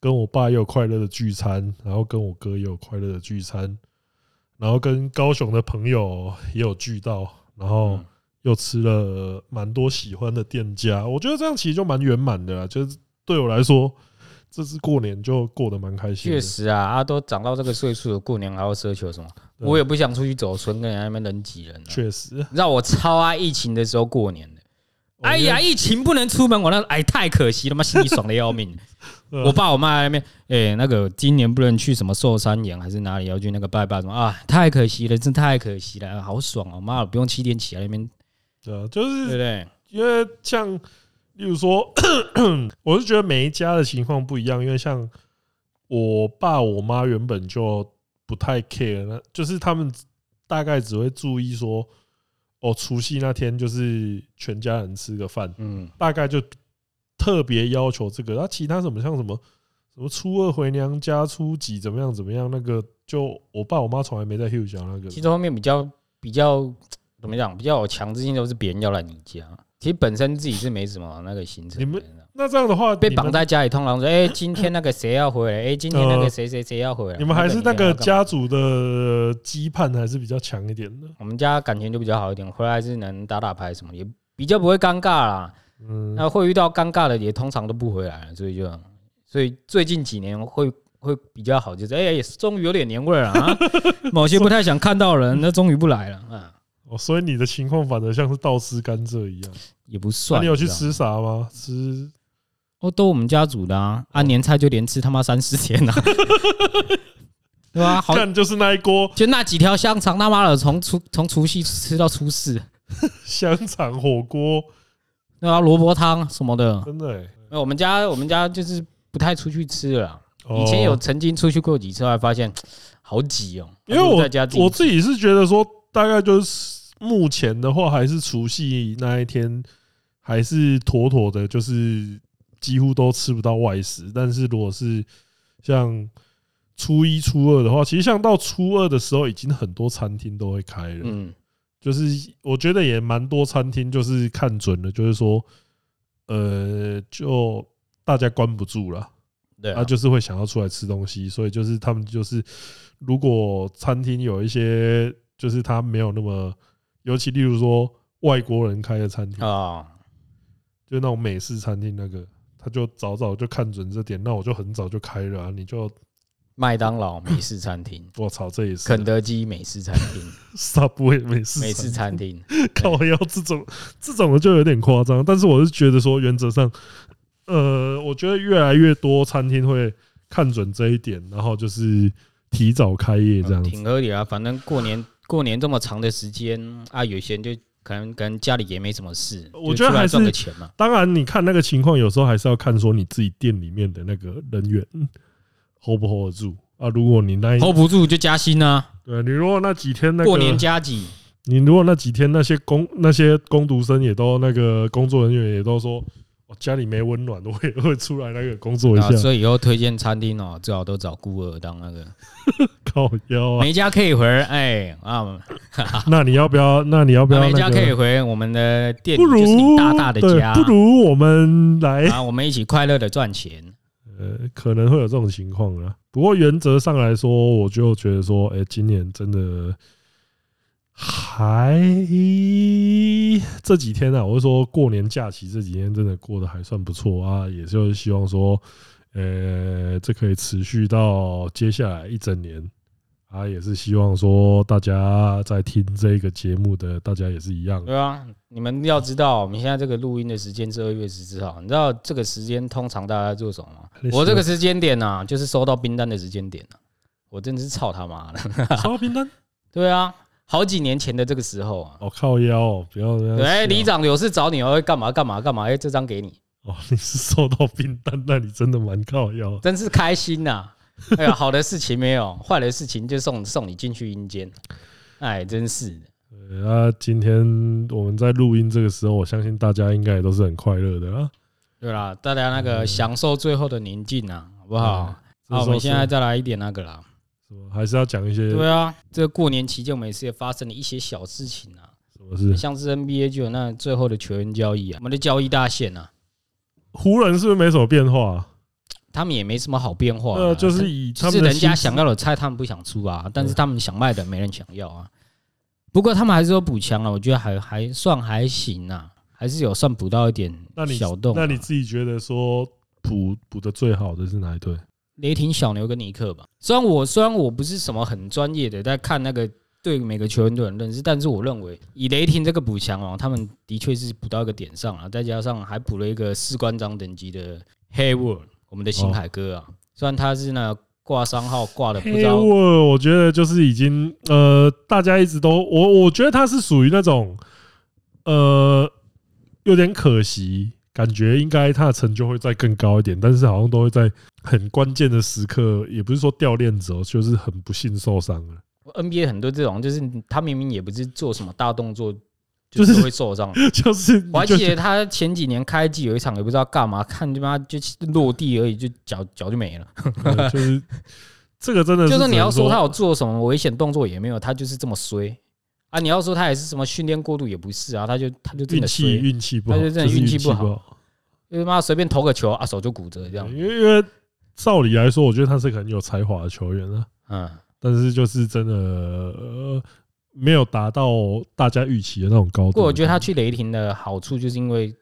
Speaker 2: 跟我爸也有快乐的聚餐，然后跟我哥也有快乐的聚餐，然后跟高雄的朋友也有聚到，然后
Speaker 1: 嗯
Speaker 2: 又吃了蛮多喜欢的店家，我觉得这样其实就蛮圆满的啦。就是对我来说，这次过年就过得蛮开心
Speaker 1: 确
Speaker 2: 的。
Speaker 1: 实啊，啊，都长到这个岁数了，过年还要奢求什么？
Speaker 2: 对啊
Speaker 1: 我也不想出去走村，跟人家那边人挤人、啊。
Speaker 2: 确实，
Speaker 1: 你知道我超爱疫情的时候过年的。
Speaker 2: 哦
Speaker 1: 哎呀，疫情不能出门，我那哎太可惜了嘛，心里爽的要 命。
Speaker 2: 对啊
Speaker 1: 我爸我妈在那边，哎、那个今年不能去什么寿山岩还是哪里要去那个拜拜什么啊，太可惜了，真太可惜了，好爽哦，妈的不用七点起来那边，
Speaker 2: 对啊，就
Speaker 1: 对
Speaker 2: 是
Speaker 1: 不对？
Speaker 2: 因为像，例如说， 我是觉得每一家的情况不一样，因为像我爸我妈原本就不太 care，那就是他们大概只会注意说，哦，除夕那天就是全家人吃个饭，
Speaker 1: 嗯，
Speaker 2: 大概就特别要求这个。那啊其他什么像什么什么初二回娘家，初几怎么样怎么样，那个就我爸我妈从来没在 Hugh 讲那个
Speaker 1: 其。实后面比较比较怎么讲，比较有强制性都是别人要来你家，其实本身自己是没什么那个行程的。
Speaker 2: 你们那这样的话，
Speaker 1: 被
Speaker 2: 你们
Speaker 1: 绑在家里，通常说：“哎、今天那个谁要回 来？哎、今天那个
Speaker 2: 呃
Speaker 1: 谁谁谁要回来？”
Speaker 2: 你们还是那
Speaker 1: 你要
Speaker 2: 个
Speaker 1: 干嘛
Speaker 2: 家族的羁绊还是比较强一点的。
Speaker 1: 我们家感情就比较好一点，回来还是能打打牌什么的，也比较不会尴尬啦。
Speaker 2: 嗯，
Speaker 1: 那会遇到尴尬的，也通常都不回来了，所以就，所以最近几年会会比较好，就是哎、也是终于有点年味了 啊。某些不太想看到的人，那终于不来了啊，
Speaker 2: 哦，所以你的情况反而像是倒吃甘蔗一样。
Speaker 1: 也不
Speaker 2: 那
Speaker 1: 算。
Speaker 2: 你有去
Speaker 1: 知道吗？
Speaker 2: 吃啥吗？吃
Speaker 1: 哦，都我们家煮的啊，
Speaker 2: 哦
Speaker 1: 啊，年菜就连吃他妈三四天 啊， 对吧、好，
Speaker 2: 干就是那一锅
Speaker 1: 就那几条香肠，他妈的从除从除夕吃到初四，
Speaker 2: 香肠火锅，
Speaker 1: 对吧、萝卜汤什么的，
Speaker 2: 真的欸。
Speaker 1: 那我们家我们家就是不太出去吃了啦。
Speaker 2: 哦
Speaker 1: 以前有，曾经出去过几次，后来发现好挤哦、
Speaker 2: 因为
Speaker 1: 还不如
Speaker 2: 我
Speaker 1: 在家自
Speaker 2: 我
Speaker 1: 己
Speaker 2: 自己是觉得说，大概就是目前的话，还是除夕那一天，还是妥妥的，就是几乎都吃不到外食。但是如果是像初一、初二的话，其实像到初二的时候，已经很多餐厅都会开了。
Speaker 1: 嗯，
Speaker 2: 就是我觉得也蛮多餐厅就是看准了，就是说，呃，就大家关不住了，
Speaker 1: 对啊、
Speaker 2: 啊，就是会想要出来吃东西，所以就是他们就是如果餐厅有一些就是他没有那么，尤其例如说外国人开的餐厅，
Speaker 1: 哦
Speaker 2: 就那种美式餐厅那个，他就早早就看准这点，那我就很早就开了啊，你就
Speaker 1: 麦当劳美式餐 厅、
Speaker 2: 我操，这也是
Speaker 1: 肯德基美式餐厅、
Speaker 2: Subway 美式
Speaker 1: 美式
Speaker 2: 餐
Speaker 1: 餐厅，
Speaker 2: 靠腰这种这种的就有点夸张，但是我是觉得说原则上，呃，我觉得越来越多餐厅会看准这一点，然后就是提早开业这样子。
Speaker 1: 挺合理啊。反正过年过年这么长的时间啊，有些人就可能可能家里也没什么事，
Speaker 2: 我
Speaker 1: 就
Speaker 2: 觉得
Speaker 1: 出来
Speaker 2: 还是
Speaker 1: 赚个钱嘛。
Speaker 2: 当然，你看那个情况，有时候还是要看说你自己店里面的那个人员 hold 不 hold 得住啊。如果你那一
Speaker 1: hold 不住就加薪啊，
Speaker 2: 对你如果那几天那
Speaker 1: 哦
Speaker 2: 个
Speaker 1: 过年加几，
Speaker 2: 你如果那几天那些工那些工读生也都那个工作人员也都说。哦家里没温暖，我也会出来那个工作一
Speaker 1: 啊，
Speaker 2: 下，
Speaker 1: 所以以后推荐餐厅哦，最好都找孤儿当那个
Speaker 2: 靠腰啊！
Speaker 1: 每家可以回，哎啊，
Speaker 2: 那你要不要？那你要不要、
Speaker 1: 每
Speaker 2: 那个？
Speaker 1: 啊家可以回，我们的店
Speaker 2: 不
Speaker 1: 里就是
Speaker 2: 如
Speaker 1: 你大大的
Speaker 2: 对
Speaker 1: 家，
Speaker 2: 不如我 们来，
Speaker 1: 啊，我们一起快乐的赚钱。
Speaker 2: 呃，可能会有这种情况啊。不过原则上来说，我就觉得说，哎、今年真的还这几天啊，我是说过年假期这几天真的过得还算不错啊，也就是希望说，呃，这可以持续到接下来一整年。啊，也是希望说大家在听这个节目的大家也 是一样，
Speaker 1: 对啊，你们要知道，我们现在这个录音的时间是二月十四号，你知道这个时间通常大家做什么吗
Speaker 2: 那？是
Speaker 1: 我这个时间点呐、啊，就是收到冰单的时间点啊，我真的是操他妈的！
Speaker 2: 收到冰单。
Speaker 1: 对啊，好几年前的这个时候啊，
Speaker 2: 哦，靠腰哦，不要这样笑。
Speaker 1: 对，哎里长有事找你哦，哎干嘛干嘛干嘛，哎，这张给你，
Speaker 2: 哦，你是收到冰单，那你真的蛮靠腰。
Speaker 1: 真是开心呐、 哎呀，好的事情没有，坏的事情就送送你进去阴间，哎，真是的。
Speaker 2: 对啊，今天我们在录音这个时候，我相信大家应该也都是很快乐的啊。
Speaker 1: 对啦，大家那个
Speaker 2: 嗯
Speaker 1: 享受最后的宁静啊，好不好？
Speaker 2: 这
Speaker 1: 那我
Speaker 2: 时候
Speaker 1: 们
Speaker 2: 是
Speaker 1: 现在再来一点那个啦。
Speaker 2: 什么还是要讲一些
Speaker 1: 对啊，这个过年期间我们也是也发生了一些小事情啊，
Speaker 2: 什么事？
Speaker 1: 像是 NBA 就有那最后的球员交易啊，我们的交易大限啊，
Speaker 2: 湖人是不是没什么变化啊？
Speaker 1: 他们也没什么好变化的啊、
Speaker 2: 呃，就是以他
Speaker 1: 是
Speaker 2: 们的
Speaker 1: 人家
Speaker 2: 薪
Speaker 1: 想
Speaker 2: 资
Speaker 1: 要的菜，他们不想出啊，但是他们想卖的没人想要啊。不过他们还是有补强了，我觉得还还算还行啊，还是有算补到一点
Speaker 2: 那你
Speaker 1: 小洞啊、
Speaker 2: 那你自己觉得说补补的最好的是哪一队？
Speaker 1: 雷霆、小牛跟尼克吧。虽然我虽然我不是什么很专业的，在看那个对每个球员都很认识，但是我认为以雷霆这个补强哦，他们的确是补到一个点上啊，再加上还补了一个士官长等级的 Hayward，我们的
Speaker 2: 哦
Speaker 1: 新海哥啊，虽然他是那挂伤号挂的不知
Speaker 2: 黑
Speaker 1: 道
Speaker 2: 沃，我觉得就是已经呃，大家一直都我我觉得他是属于那种呃，有点可惜，感觉应该他的成就会再更高一点，但是好像都会在很关键的时刻，也不是说掉链子哦，就是很不幸受伤了。
Speaker 1: NBA 很多这种，就是他明明也不是做什么大动作，就
Speaker 2: 就
Speaker 1: 是是会受 伤。
Speaker 2: 就是你
Speaker 1: 我还
Speaker 2: 就
Speaker 1: 记得他前几年开季有一场也不知道干嘛，看他妈就落地而已，就脚脚就 没了。
Speaker 2: 呃就是这个真的，
Speaker 1: 就是你要
Speaker 2: 说
Speaker 1: 说他有做什么危险动作也没有，他就是这么衰啊！你要说他也是什么训练过度也不是啊，他就他就真
Speaker 2: 运
Speaker 1: 的
Speaker 2: 气
Speaker 1: 衰，
Speaker 2: 运气不好，
Speaker 1: 他就真的
Speaker 2: 是
Speaker 1: 运
Speaker 2: 运
Speaker 1: 气
Speaker 2: 不
Speaker 1: 不好。他妈随便投个球啊手就骨折这样。
Speaker 2: 因为因为照理来说，我觉得他是个很有才华的球员啊，
Speaker 1: 嗯，
Speaker 2: 但是就是真的、呃、没有达到大家预期的那种高度。
Speaker 1: 不过我觉得他去雷霆的好处就是因为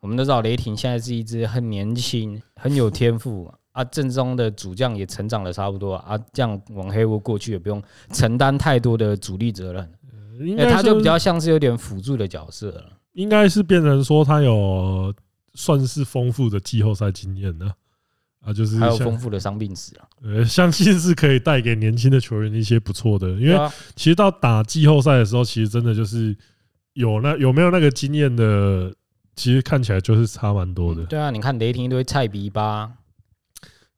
Speaker 1: 我们都知道雷霆现在是一支很年轻、很有天赋啊，阵中的主将也成长的差不多啊，这样往黑屋过去也不用承担太多的主力责任，
Speaker 2: 应
Speaker 1: 因
Speaker 2: 该
Speaker 1: 为
Speaker 2: 是
Speaker 1: 哎他就比较像是有点辅助的角色了。
Speaker 2: 应该是变成说他有算是丰富的季后赛经验呢、啊，就是
Speaker 1: 还有丰
Speaker 2: 像
Speaker 1: 富的伤病史啊，
Speaker 2: 呃，相信是可以带给年轻的球员一些不错的，因为
Speaker 1: 对啊
Speaker 2: 其实到打季后赛的时候，其实真的就是有那有没有那个经验的，其实看起来就是差蛮多的。
Speaker 1: 对啊，你看雷霆一堆菜逼吧，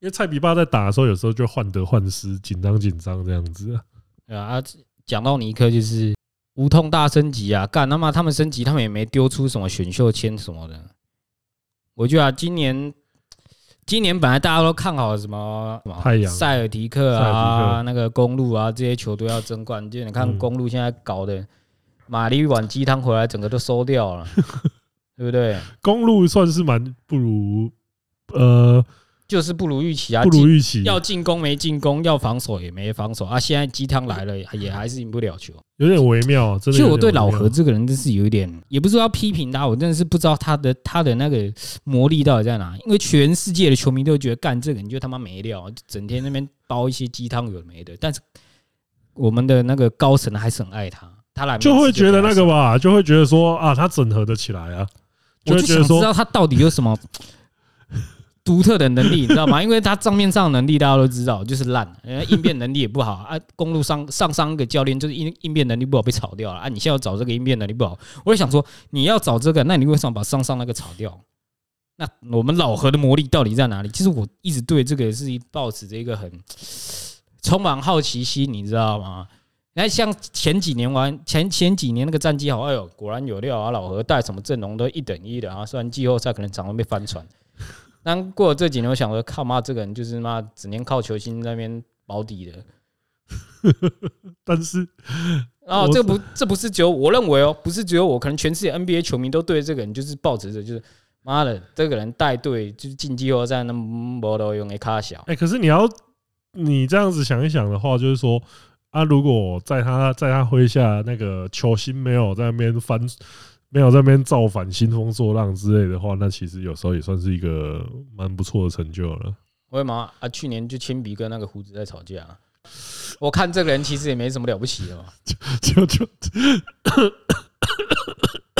Speaker 2: 因为蔡比巴在打的时候，有时候就患得患失，紧张紧张这样子。
Speaker 1: 对啊，啊讲到尼克就是无痛大升级啊，干他妈他们升级，他们也没丢出什么选秀签什么的。我觉得啊，今年今年本来大家都看好什么什么
Speaker 2: 太阳
Speaker 1: 塞尔提克
Speaker 2: 塞尔提克
Speaker 1: 啊、那个公路啊这些球队要争冠，就你看
Speaker 2: 嗯
Speaker 1: 公路现在搞的，玛丽碗鸡汤回来，整个都收掉 了，对不对？
Speaker 2: 公路算是蛮不如，呃，
Speaker 1: 就是不如预期啊，
Speaker 2: 不如
Speaker 1: 进
Speaker 2: 预期。
Speaker 1: 要进攻没进攻，要防守也没防守啊。现在鸡汤来了，也还是赢不了球。
Speaker 2: 有点微妙啊，真
Speaker 1: 其
Speaker 2: 的
Speaker 1: 实
Speaker 2: 有
Speaker 1: 我
Speaker 2: 点微
Speaker 1: 对
Speaker 2: 妙。
Speaker 1: 老何这个人真是有一点，也不是说要批评他，我真的是不知道他的他的那个魔力到底在哪。因为全世界的球迷都觉得干这个你就他妈没料，就整天那边煲一些鸡汤有的没的。但是我们的那个高层还是很爱他，他来
Speaker 2: 就会觉得那个
Speaker 1: 吧，
Speaker 2: 吧，就会觉得说啊，他整合的起来啊，就
Speaker 1: 我
Speaker 2: 会
Speaker 1: 就
Speaker 2: 觉
Speaker 1: 想知
Speaker 2: 得说
Speaker 1: 道他到底有什么独特的能力，你知道吗？因为他账面上的能力大家都知道，就是烂，呃应变能力也不好啊。公路上上上个教练就是应应变能力不好被炒掉了啊。你现在要找这个应变能力不好，我就想说你要找这个，那你为什么把上上那个炒掉？那我们老何的魔力到底在哪里？其实我一直对这个是抱持着一个很充满好奇心，你知道吗？那像前几年玩前前几年那个战绩好，哎呦，果然有料啊！老何带什么阵容都一等一的啊，虽然季后赛可能常常被翻船， 但过了这几年，我想说，靠妈，这个人就是妈整天靠球星在那边保底的。
Speaker 2: 但是
Speaker 1: 然后啊
Speaker 2: 我
Speaker 1: 这不这不是只有我认为哦，不是只有我，可能全世界 NBA 球迷都对这个人就是抱持着就是妈的，这个人带队就是进季后赛那么都用的卡小，
Speaker 2: 哎、可是你要你这样子想一想的话，就是说啊，如果在他在他麾下那个球星没有在那边翻，没有在那边造反、兴风作浪之类的话，那其实有时候也算是一个蛮不错的成就了。
Speaker 1: 为什么啊？去年就亲鼻跟那个胡子在吵架啊、我看这个人其实也没什么了不起的嘛。
Speaker 2: 就就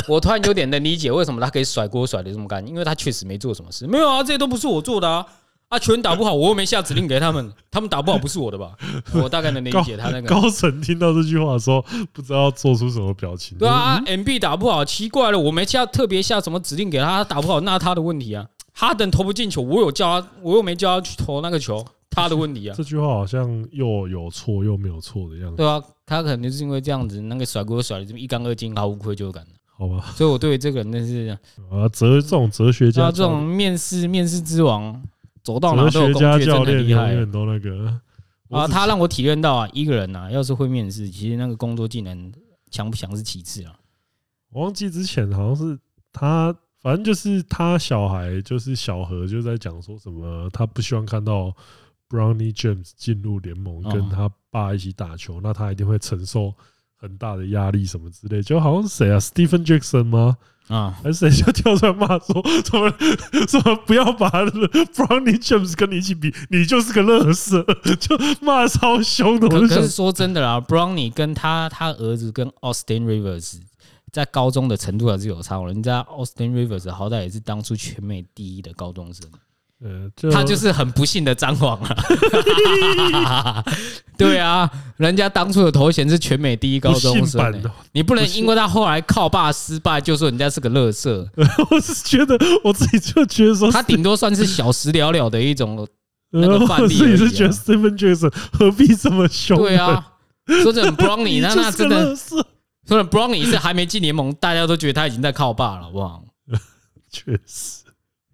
Speaker 1: 我突然有点能理解为什么他可以甩锅甩的这么干，因为他确实没做什么事。没有啊，这些都不是我做的啊。啊，球员打不好，我又没下指令给他们，他们打不好不是我的吧？ 我大概能理解他那个。
Speaker 2: 高层听到这句话的时候，不知道做出什么表情。
Speaker 1: 对啊，M B 打不好，奇怪了，我没下特别下什么指令给他，他打不好那他的问题啊。哈登投不进球，我有叫他，我又没叫他去投那个球，他的问题 啊
Speaker 2: 这，句话好像又有错又没有错的样子，
Speaker 1: 对啊，他可能就是因为这样子，那个甩锅甩的这么一干二净，毫无愧疚感。
Speaker 2: 好吧？
Speaker 1: 所以我对这个人真是，
Speaker 2: 啊，哲这种哲学
Speaker 1: 像
Speaker 2: 家
Speaker 1: 啊这种面试面试之王，走到哪都
Speaker 2: 哲
Speaker 1: 有
Speaker 2: 学
Speaker 1: 工
Speaker 2: 家
Speaker 1: 具，真
Speaker 2: 教
Speaker 1: 的很
Speaker 2: 练
Speaker 1: 厉
Speaker 2: 永
Speaker 1: 害。
Speaker 2: 远都那个
Speaker 1: 啊，
Speaker 2: 我只
Speaker 1: 他让我体验到啊，一个人呐、啊，要是会面试，其实那个工作技能强不强是其次啊。
Speaker 2: 我忘记之前好像是他，反正就是他小孩，就是小何就在讲说什么，他不希望看到 Brownie James 进入联盟，
Speaker 1: 哦
Speaker 2: 跟他爸一起打球，那他一定会承受很大的压力什么之类。就好像是谁啊，Stephen Jackson 吗？
Speaker 1: 啊，
Speaker 2: 还是谁就跳出来骂说，怎么怎么不要把 Brownie James 跟你一起比，你就是个乐色，就骂得超凶 的。我
Speaker 1: 可
Speaker 2: 就
Speaker 1: 可
Speaker 2: 想
Speaker 1: 是，说真的啦，Brownie 跟他他儿子跟 Austin Rivers 在高中的程度还是有差。人家 Austin Rivers 好歹也是当初全美第一的高中生，
Speaker 2: 呃，
Speaker 1: 他就是很不幸的张皇啊。 对啊，人家当初的头衔是全美第一高
Speaker 2: 不
Speaker 1: 中
Speaker 2: 信
Speaker 1: 生、
Speaker 2: 版
Speaker 1: 欸
Speaker 2: 的，
Speaker 1: 你不能因为他后来靠爸失败就说人家是个乐色，
Speaker 2: 我是觉得我自己就觉得说
Speaker 1: 他顶多算是小时了了的一种。那个
Speaker 2: 呃
Speaker 1: 范
Speaker 2: 我
Speaker 1: 例而已啊
Speaker 2: 自己是觉得 Stephen Jackson 何必这么凶？
Speaker 1: 对，啊，说真的
Speaker 2: 你
Speaker 1: ，Brownie 那那真的，
Speaker 2: 的是个垃圾
Speaker 1: 说真的，Brownie 是还没进联盟，大家都觉得他已经在靠爸了，好不好？
Speaker 2: 确实，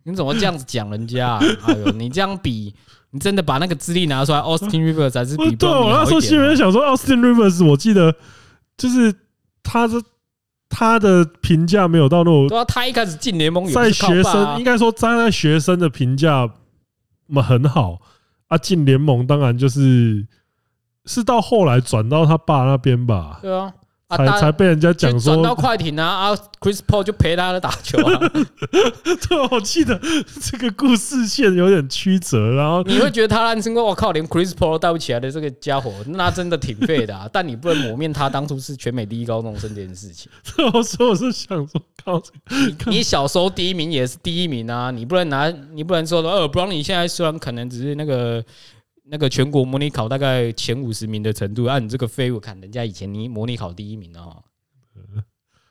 Speaker 1: 你怎么这样子讲人 家、啊？哎呦，你这样比，你真的把那个资历拿出来，Austin 哦 Rivers 还是
Speaker 2: 我
Speaker 1: 比
Speaker 2: 对啊
Speaker 1: Brownie
Speaker 2: 我那
Speaker 1: 好
Speaker 2: 时候
Speaker 1: 一
Speaker 2: 心里
Speaker 1: 点
Speaker 2: 面
Speaker 1: 啊、
Speaker 2: 想说，Austin Rivers，我记得就是他的他的评价没有到那种
Speaker 1: 对啊，他一开始进联盟也
Speaker 2: 在
Speaker 1: 是靠
Speaker 2: 学
Speaker 1: 爸、啊
Speaker 2: 生应，该说站在学生的评价嘛很好啊，进联盟当然就是是到后来转到他爸那边吧，
Speaker 1: 对啊，啊，
Speaker 2: 才才
Speaker 1: 大
Speaker 2: 被人家讲
Speaker 1: 就
Speaker 2: 说
Speaker 1: 转到快艇啊，啊，Chris Paul 就陪他打球啊，
Speaker 2: 对，我记得这个故事线有点曲折，然后
Speaker 1: 你会觉得他烂身高，我靠，连 Chris Paul 都带不起来的这个家伙，那真的挺废的啊。 但你不能抹灭他当初是全美第一高中生这件事情。
Speaker 2: 我说我是想说，靠，
Speaker 1: 你小时候第一名也是第一名啊，你不能拿，你不能说呃 b r o w n 你现在虽然可能只是那个那个全国模拟考大概前五十名的程度，按、你这个废物看，人家以前你模拟考第一名啊、哦，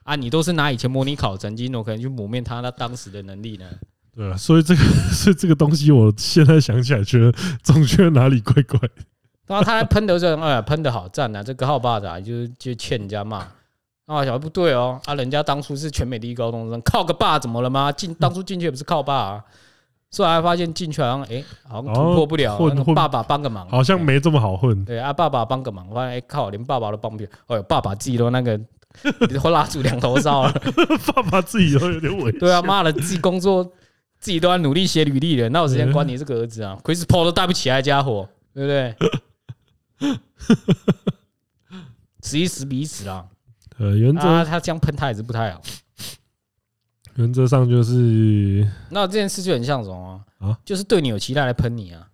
Speaker 1: 啊，你都是拿以前模拟考成绩，我可能就抹灭他他当时的能力呢。
Speaker 2: 对啊，所以这个 所以这个东西，我现在想起来觉得总觉得哪里 怪怪。
Speaker 1: 然后他在喷的时候，哎呀，喷的好赞啊，这个号把子啊，就是就欠人家骂。啊，小孩不对哦，啊，人家当初是全美第一高中生，靠个爸怎么了吗？ 进当初进去也不是靠爸啊，后来发现进去好像哎、好像突破不 了，
Speaker 2: 哦混
Speaker 1: 那
Speaker 2: 混
Speaker 1: 爸爸帮个忙，
Speaker 2: 好像没这么好 混。
Speaker 1: 对啊，爸爸帮个忙，发现哎、靠，连爸爸都帮不了，哎呦，爸爸自己都那个 会蜡烛两头烧了，
Speaker 2: 爸爸自己都有点 委屈。
Speaker 1: 对啊，妈的，自己工作自己都在努力写履历了，哪有时间管你这个儿子啊？Chris
Speaker 2: 嗯
Speaker 1: Paul 都带不起来，家伙，对不对？ 十一十比一十啦，
Speaker 2: 呃，原
Speaker 1: 啊，
Speaker 2: 则
Speaker 1: 他这样喷他也是不太好。
Speaker 2: 原则上就是
Speaker 1: 那这件事就很像什么
Speaker 2: 啊
Speaker 1: 啊？就是对你有期待来喷你啊。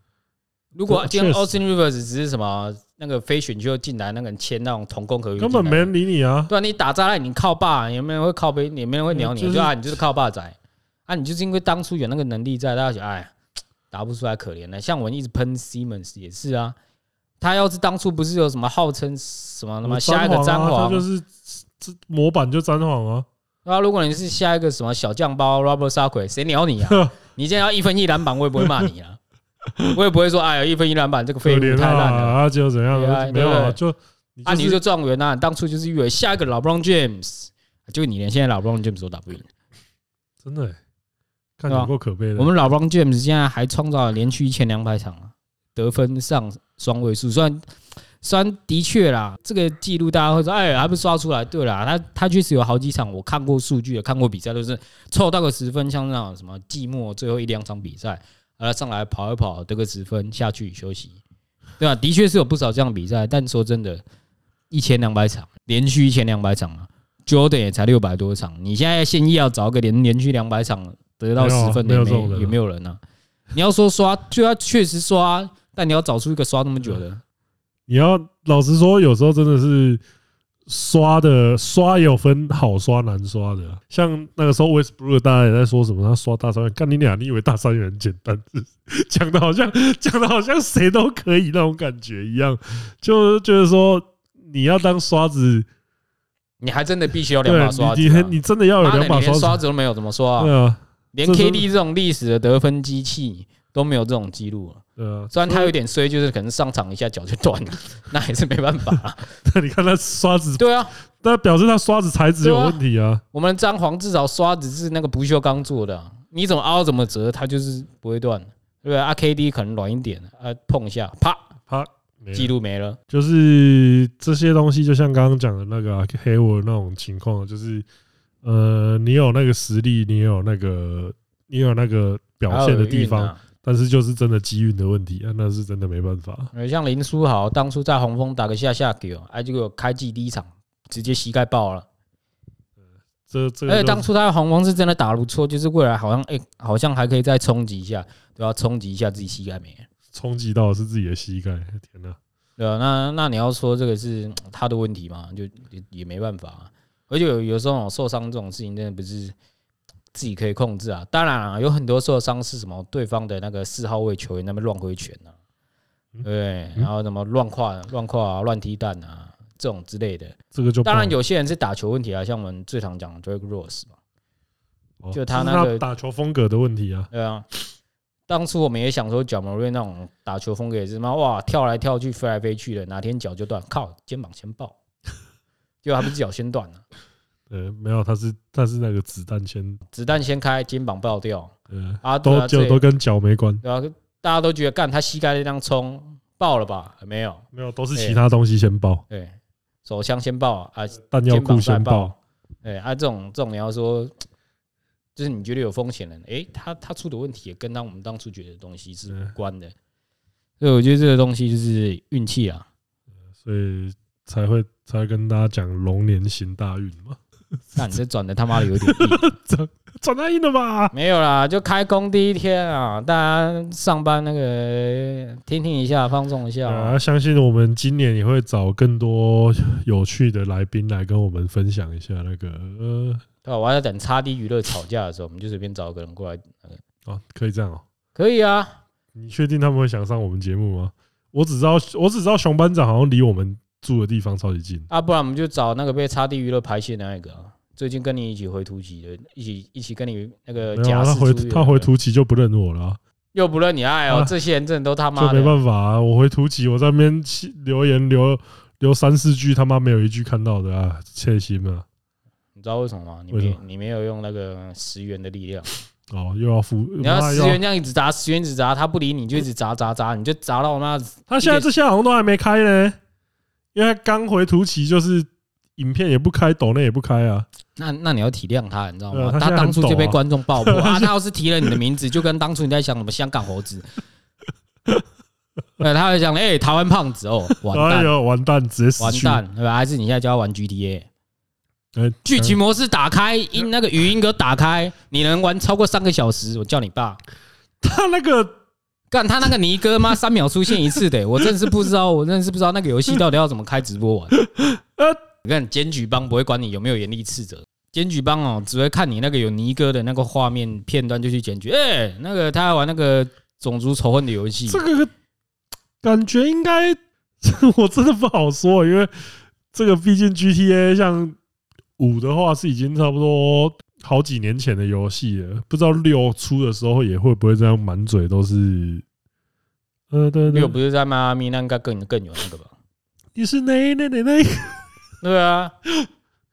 Speaker 1: 如果
Speaker 2: 对啊
Speaker 1: 今天
Speaker 2: 确
Speaker 1: Austin Rivers 只是什么那个非选秀进来，那个人签那种同工合约进
Speaker 2: 根
Speaker 1: 来，
Speaker 2: 本没人理你啊。
Speaker 1: 对啊，你打渣了，你靠爸，也没人会靠背，也没人会鸟你，
Speaker 2: 嗯就是
Speaker 1: 对啊，你就是靠爸仔啊，你就是因为当初有那个能力在，大家觉得哎，打不出来可怜了。啊像我一直喷 Simmons 也是啊，他要是当初不是有什么号称什么什么下一个
Speaker 2: 詹
Speaker 1: 詹
Speaker 2: 皇啊
Speaker 1: 皇
Speaker 2: 他，就是这模板就詹皇啊。
Speaker 1: 对啊，如果你是下一个什么小酱包 Robert s a k 谁鸟你 啊？你今天要一分一篮板，我也不会骂你啊，我也不会说哎呀一分一篮板这个
Speaker 2: 可
Speaker 1: 废物
Speaker 2: 怜
Speaker 1: 太烂了。
Speaker 2: 啊！啊，结果怎样
Speaker 1: 对啊？
Speaker 2: 没有啊，
Speaker 1: 对
Speaker 2: 就
Speaker 1: 啊，你
Speaker 2: 是
Speaker 1: 就状元啊，你当初就是以为下一个老 Brown James，就你连现在老 Brown James 都打不赢。
Speaker 2: 真的欸，看
Speaker 1: 对啊
Speaker 2: 有够可悲的
Speaker 1: 我。们老 Brown James 现在还创造了连续一千两百场啊，得分上双位数，虽然虽然的确啦，这个记录大家会说，哎，还不刷出来？对啦，他他确实有好几场，我看过数据，也看过比赛，都是凑到个十分，像那种什么季末最后一两场比赛，呃，上来跑一跑，得个十分，下去休息，对啊，的确是有不少这样的比赛，但说真的，一千两百场，连续一千两百场啊。Jordan 也才六百多场，你现在现役要找个连连续两百场得到
Speaker 2: 没有啊
Speaker 1: 十分
Speaker 2: 没
Speaker 1: 的
Speaker 2: 有
Speaker 1: 也
Speaker 2: 这种人
Speaker 1: 没
Speaker 2: 啊
Speaker 1: 也没有人啊。你要说刷，就要确实刷啊，但你要找出一个刷那么久
Speaker 2: 嗯
Speaker 1: 的，
Speaker 2: 你要老实说，有时候真的是刷的刷也有分好刷难刷的啊。像那个时候 Westbrook 大家也在说什么，他刷大三元，干你俩，你以为大三元很简单，讲的好像 讲的好像谁都可以那种感觉一样，就就是说你要当刷子，
Speaker 1: 你还真的必须要两
Speaker 2: 对
Speaker 1: 把刷子
Speaker 2: 你
Speaker 1: 啊、
Speaker 2: 你你真的要有
Speaker 1: 妈的
Speaker 2: 两把
Speaker 1: 你连刷
Speaker 2: 刷子，啊
Speaker 1: 子都没有，怎么刷啊、
Speaker 2: 对啊，
Speaker 1: 连
Speaker 2: 这是
Speaker 1: KD 这种历史的得分机器都没有这种记录了。
Speaker 2: 对啊。
Speaker 1: 虽然他有点衰，就是可能上场一下脚就断 了，那也是没办法、啊。
Speaker 2: 你看他刷子，
Speaker 1: 对啊，
Speaker 2: 那表示他刷子材质有问题啊。
Speaker 1: 我们张皇至少刷子是那个不锈钢做的啊、你怎么凹怎么折，它就是不会断，对不对？啊，KD 可能软一点，啊，碰一下，啪，
Speaker 2: 他没有
Speaker 1: 记录没了。
Speaker 2: 就是这些东西，就像刚刚讲的那个黑、啊、黑我那种情况，就是呃，你有那个实力，你有那个你有那个表现的地
Speaker 1: 还
Speaker 2: 方，
Speaker 1: 有运啊
Speaker 2: 但是就是真的机运的问题啊，那是真的没办法。
Speaker 1: 呃，像林书豪当初在红枫打个下下球，哎、结果开季第一场直接膝盖爆了。
Speaker 2: 这这
Speaker 1: 而
Speaker 2: 个
Speaker 1: 且哎当
Speaker 2: 就是
Speaker 1: 初他在红枫是真的打得不错，就是未来好像哎、好像还可以再冲击一下，对吧、冲击一下自己膝盖没了，
Speaker 2: 冲击到的是自己的膝盖，天哪！
Speaker 1: 对吧、啊那那你要说这个是嗯他的问题嘛，就也也没办法啊、而且有有时候受伤这种事情真的不是自己可以控制啊。当然啊，有很多受伤是什么对方的那个四号位球员那边乱挥拳啊，对
Speaker 2: 嗯
Speaker 1: 不对，然后什么乱跨乱跨啊、乱踢蛋啊这种之类的。
Speaker 2: 这个就
Speaker 1: 当然
Speaker 2: 不好
Speaker 1: 有些人是打球问题啊，像我们最常讲的 Drake Rose 嘛，
Speaker 2: 哦
Speaker 1: 就
Speaker 2: 这
Speaker 1: 他
Speaker 2: 是
Speaker 1: 那个
Speaker 2: 打球风格的问题啊，
Speaker 1: 对啊。当初我们也想说，角毛瑞那种打球风格也是嘛，哇，跳来跳去，飞来飞去的，哪天脚就断，靠，肩膀先爆， 结果还不是脚先断啊了、
Speaker 2: 呃，没有，他是他是那个子弹先，
Speaker 1: 子弹先开，肩膀爆掉
Speaker 2: 呃，
Speaker 1: 啊，对
Speaker 2: 都
Speaker 1: 啊，这
Speaker 2: 就
Speaker 1: 也
Speaker 2: 都跟脚没关，
Speaker 1: 对啊，大家都觉得干他膝盖那张冲爆了吧？哎没有，
Speaker 2: 没有，都是
Speaker 1: 对
Speaker 2: 其他东西先爆，
Speaker 1: 对，手枪先爆啊，
Speaker 2: 弹药
Speaker 1: 肩
Speaker 2: 库
Speaker 1: 膀再
Speaker 2: 先
Speaker 1: 爆
Speaker 2: 爆，，
Speaker 1: 对啊，这种这种你要说，就是你觉得有风险的，诶，他他出的问题也跟当我们当初觉得的东西是无
Speaker 2: 嗯
Speaker 1: 关的，所以我觉得这个东西就是运气啊，
Speaker 2: 所以才会才会跟大家讲龙年行大运嘛，
Speaker 1: 但你这转的他妈的有点硬，
Speaker 2: 转太硬了吧？
Speaker 1: 没有啦，就开工第一天啊，大家上班那个听听一下，放松一下啊、
Speaker 2: 啊，相信我们今年也会找更多有趣的来宾来跟我们分享一下那个呃，
Speaker 1: 对吧？我还在等叉 D 娱乐吵架的时候，我们就随便找个人过来，
Speaker 2: 哦，可以这样哦。
Speaker 1: 可以啊，
Speaker 2: 你确定他们会想上我们节目吗？我只知道，我只知道熊班长好像离我们住的地方超级近。
Speaker 1: 啊，不然我们就找那个被叉 D 娱乐排泄的那一个、啊。最近跟你一起回突击的，一起一起跟你那个
Speaker 2: 没有、
Speaker 1: 假
Speaker 2: 啊，他
Speaker 1: 释
Speaker 2: 回
Speaker 1: 出狱的
Speaker 2: 他
Speaker 1: 那
Speaker 2: 回
Speaker 1: 个
Speaker 2: 图奇就不认我了啊、
Speaker 1: 又不认你爱哦
Speaker 2: 啊，
Speaker 1: 这些人真的都他妈
Speaker 2: 就没
Speaker 1: 的。
Speaker 2: 办法啊。我回图奇，我在那边气留言留留三四句，他妈没有一句看到的啊，切心啊！
Speaker 1: 你知道为什么吗？你
Speaker 2: 为什
Speaker 1: 没
Speaker 2: 么
Speaker 1: 你没有用那个十元的力量，
Speaker 2: 哦，又要付，
Speaker 1: 你要
Speaker 2: 妈
Speaker 1: 十
Speaker 2: 又
Speaker 1: 元这样一直砸，十元一直砸，他不理你就一直砸砸砸，你就砸到妈
Speaker 2: 他现在这些好像都还没开呢，因为他刚回图奇，就是影片也不开，抖内也不开啊。
Speaker 1: 那那你要体谅他，你知道
Speaker 2: 对
Speaker 1: 吗
Speaker 2: 啊？他
Speaker 1: 他
Speaker 2: 现在
Speaker 1: 当初
Speaker 2: 很
Speaker 1: 就被
Speaker 2: 抖啊
Speaker 1: 观众爆破 啊！他要是提了你的名字，就跟当初你在想什么香港猴子， 对，他会想哎、台湾胖子哦，完
Speaker 2: 哎
Speaker 1: 蛋
Speaker 2: 呦，完蛋，直接死
Speaker 1: 完
Speaker 2: 去！嗯
Speaker 1: 蛋，对吧？还是你现在就要玩 GTA？
Speaker 2: 哎，
Speaker 1: 剧情模式打开，音那个语音给我打开，你能玩超过三个小时，我叫你爸。
Speaker 2: 他那个
Speaker 1: 干他那个尼 哥妈三秒出现一次的、我真是不知道，我真是不知道那个游戏到底要怎么开直播玩。你看检举帮不会管你有没有严厉斥责，检举帮哦只会看你那个有尼哥的那个画面片段就去检举。哎，那个他还玩那个种族仇恨的游戏
Speaker 2: 这，个感觉应该， 我真的不好说，因为这个毕竟 GTA 像五的话是已经差不多好几年前的游戏了，不知道六出的时候也会不会这样满嘴都是。呃，对
Speaker 1: 没
Speaker 2: 对
Speaker 1: 有，不是在迈阿密，那应该更更有那个吧？
Speaker 2: 你是哪哪哪哪？
Speaker 1: 对啊，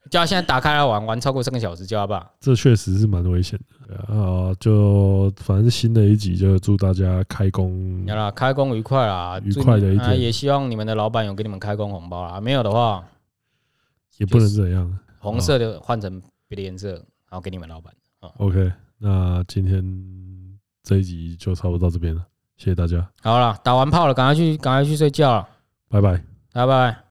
Speaker 1: 叫他现在打开来玩，玩超过三个小时，叫他爸。
Speaker 2: 这确实是蛮危险的啊！就反正新的一集就祝大家开工
Speaker 1: 好，啦，开工愉快啦，
Speaker 2: 愉快的一天
Speaker 1: 啊也希望你们的老板有给你们开工红包啦，没有的话，
Speaker 2: 也不能这样。
Speaker 1: 红色的换成别的颜色，然后给你们老板。
Speaker 2: OK，那今天这一集就差不多到这边了，谢谢大家，
Speaker 1: 好了，打完炮了，赶快去，赶快去睡觉了，
Speaker 2: 拜拜。
Speaker 1: 拜拜。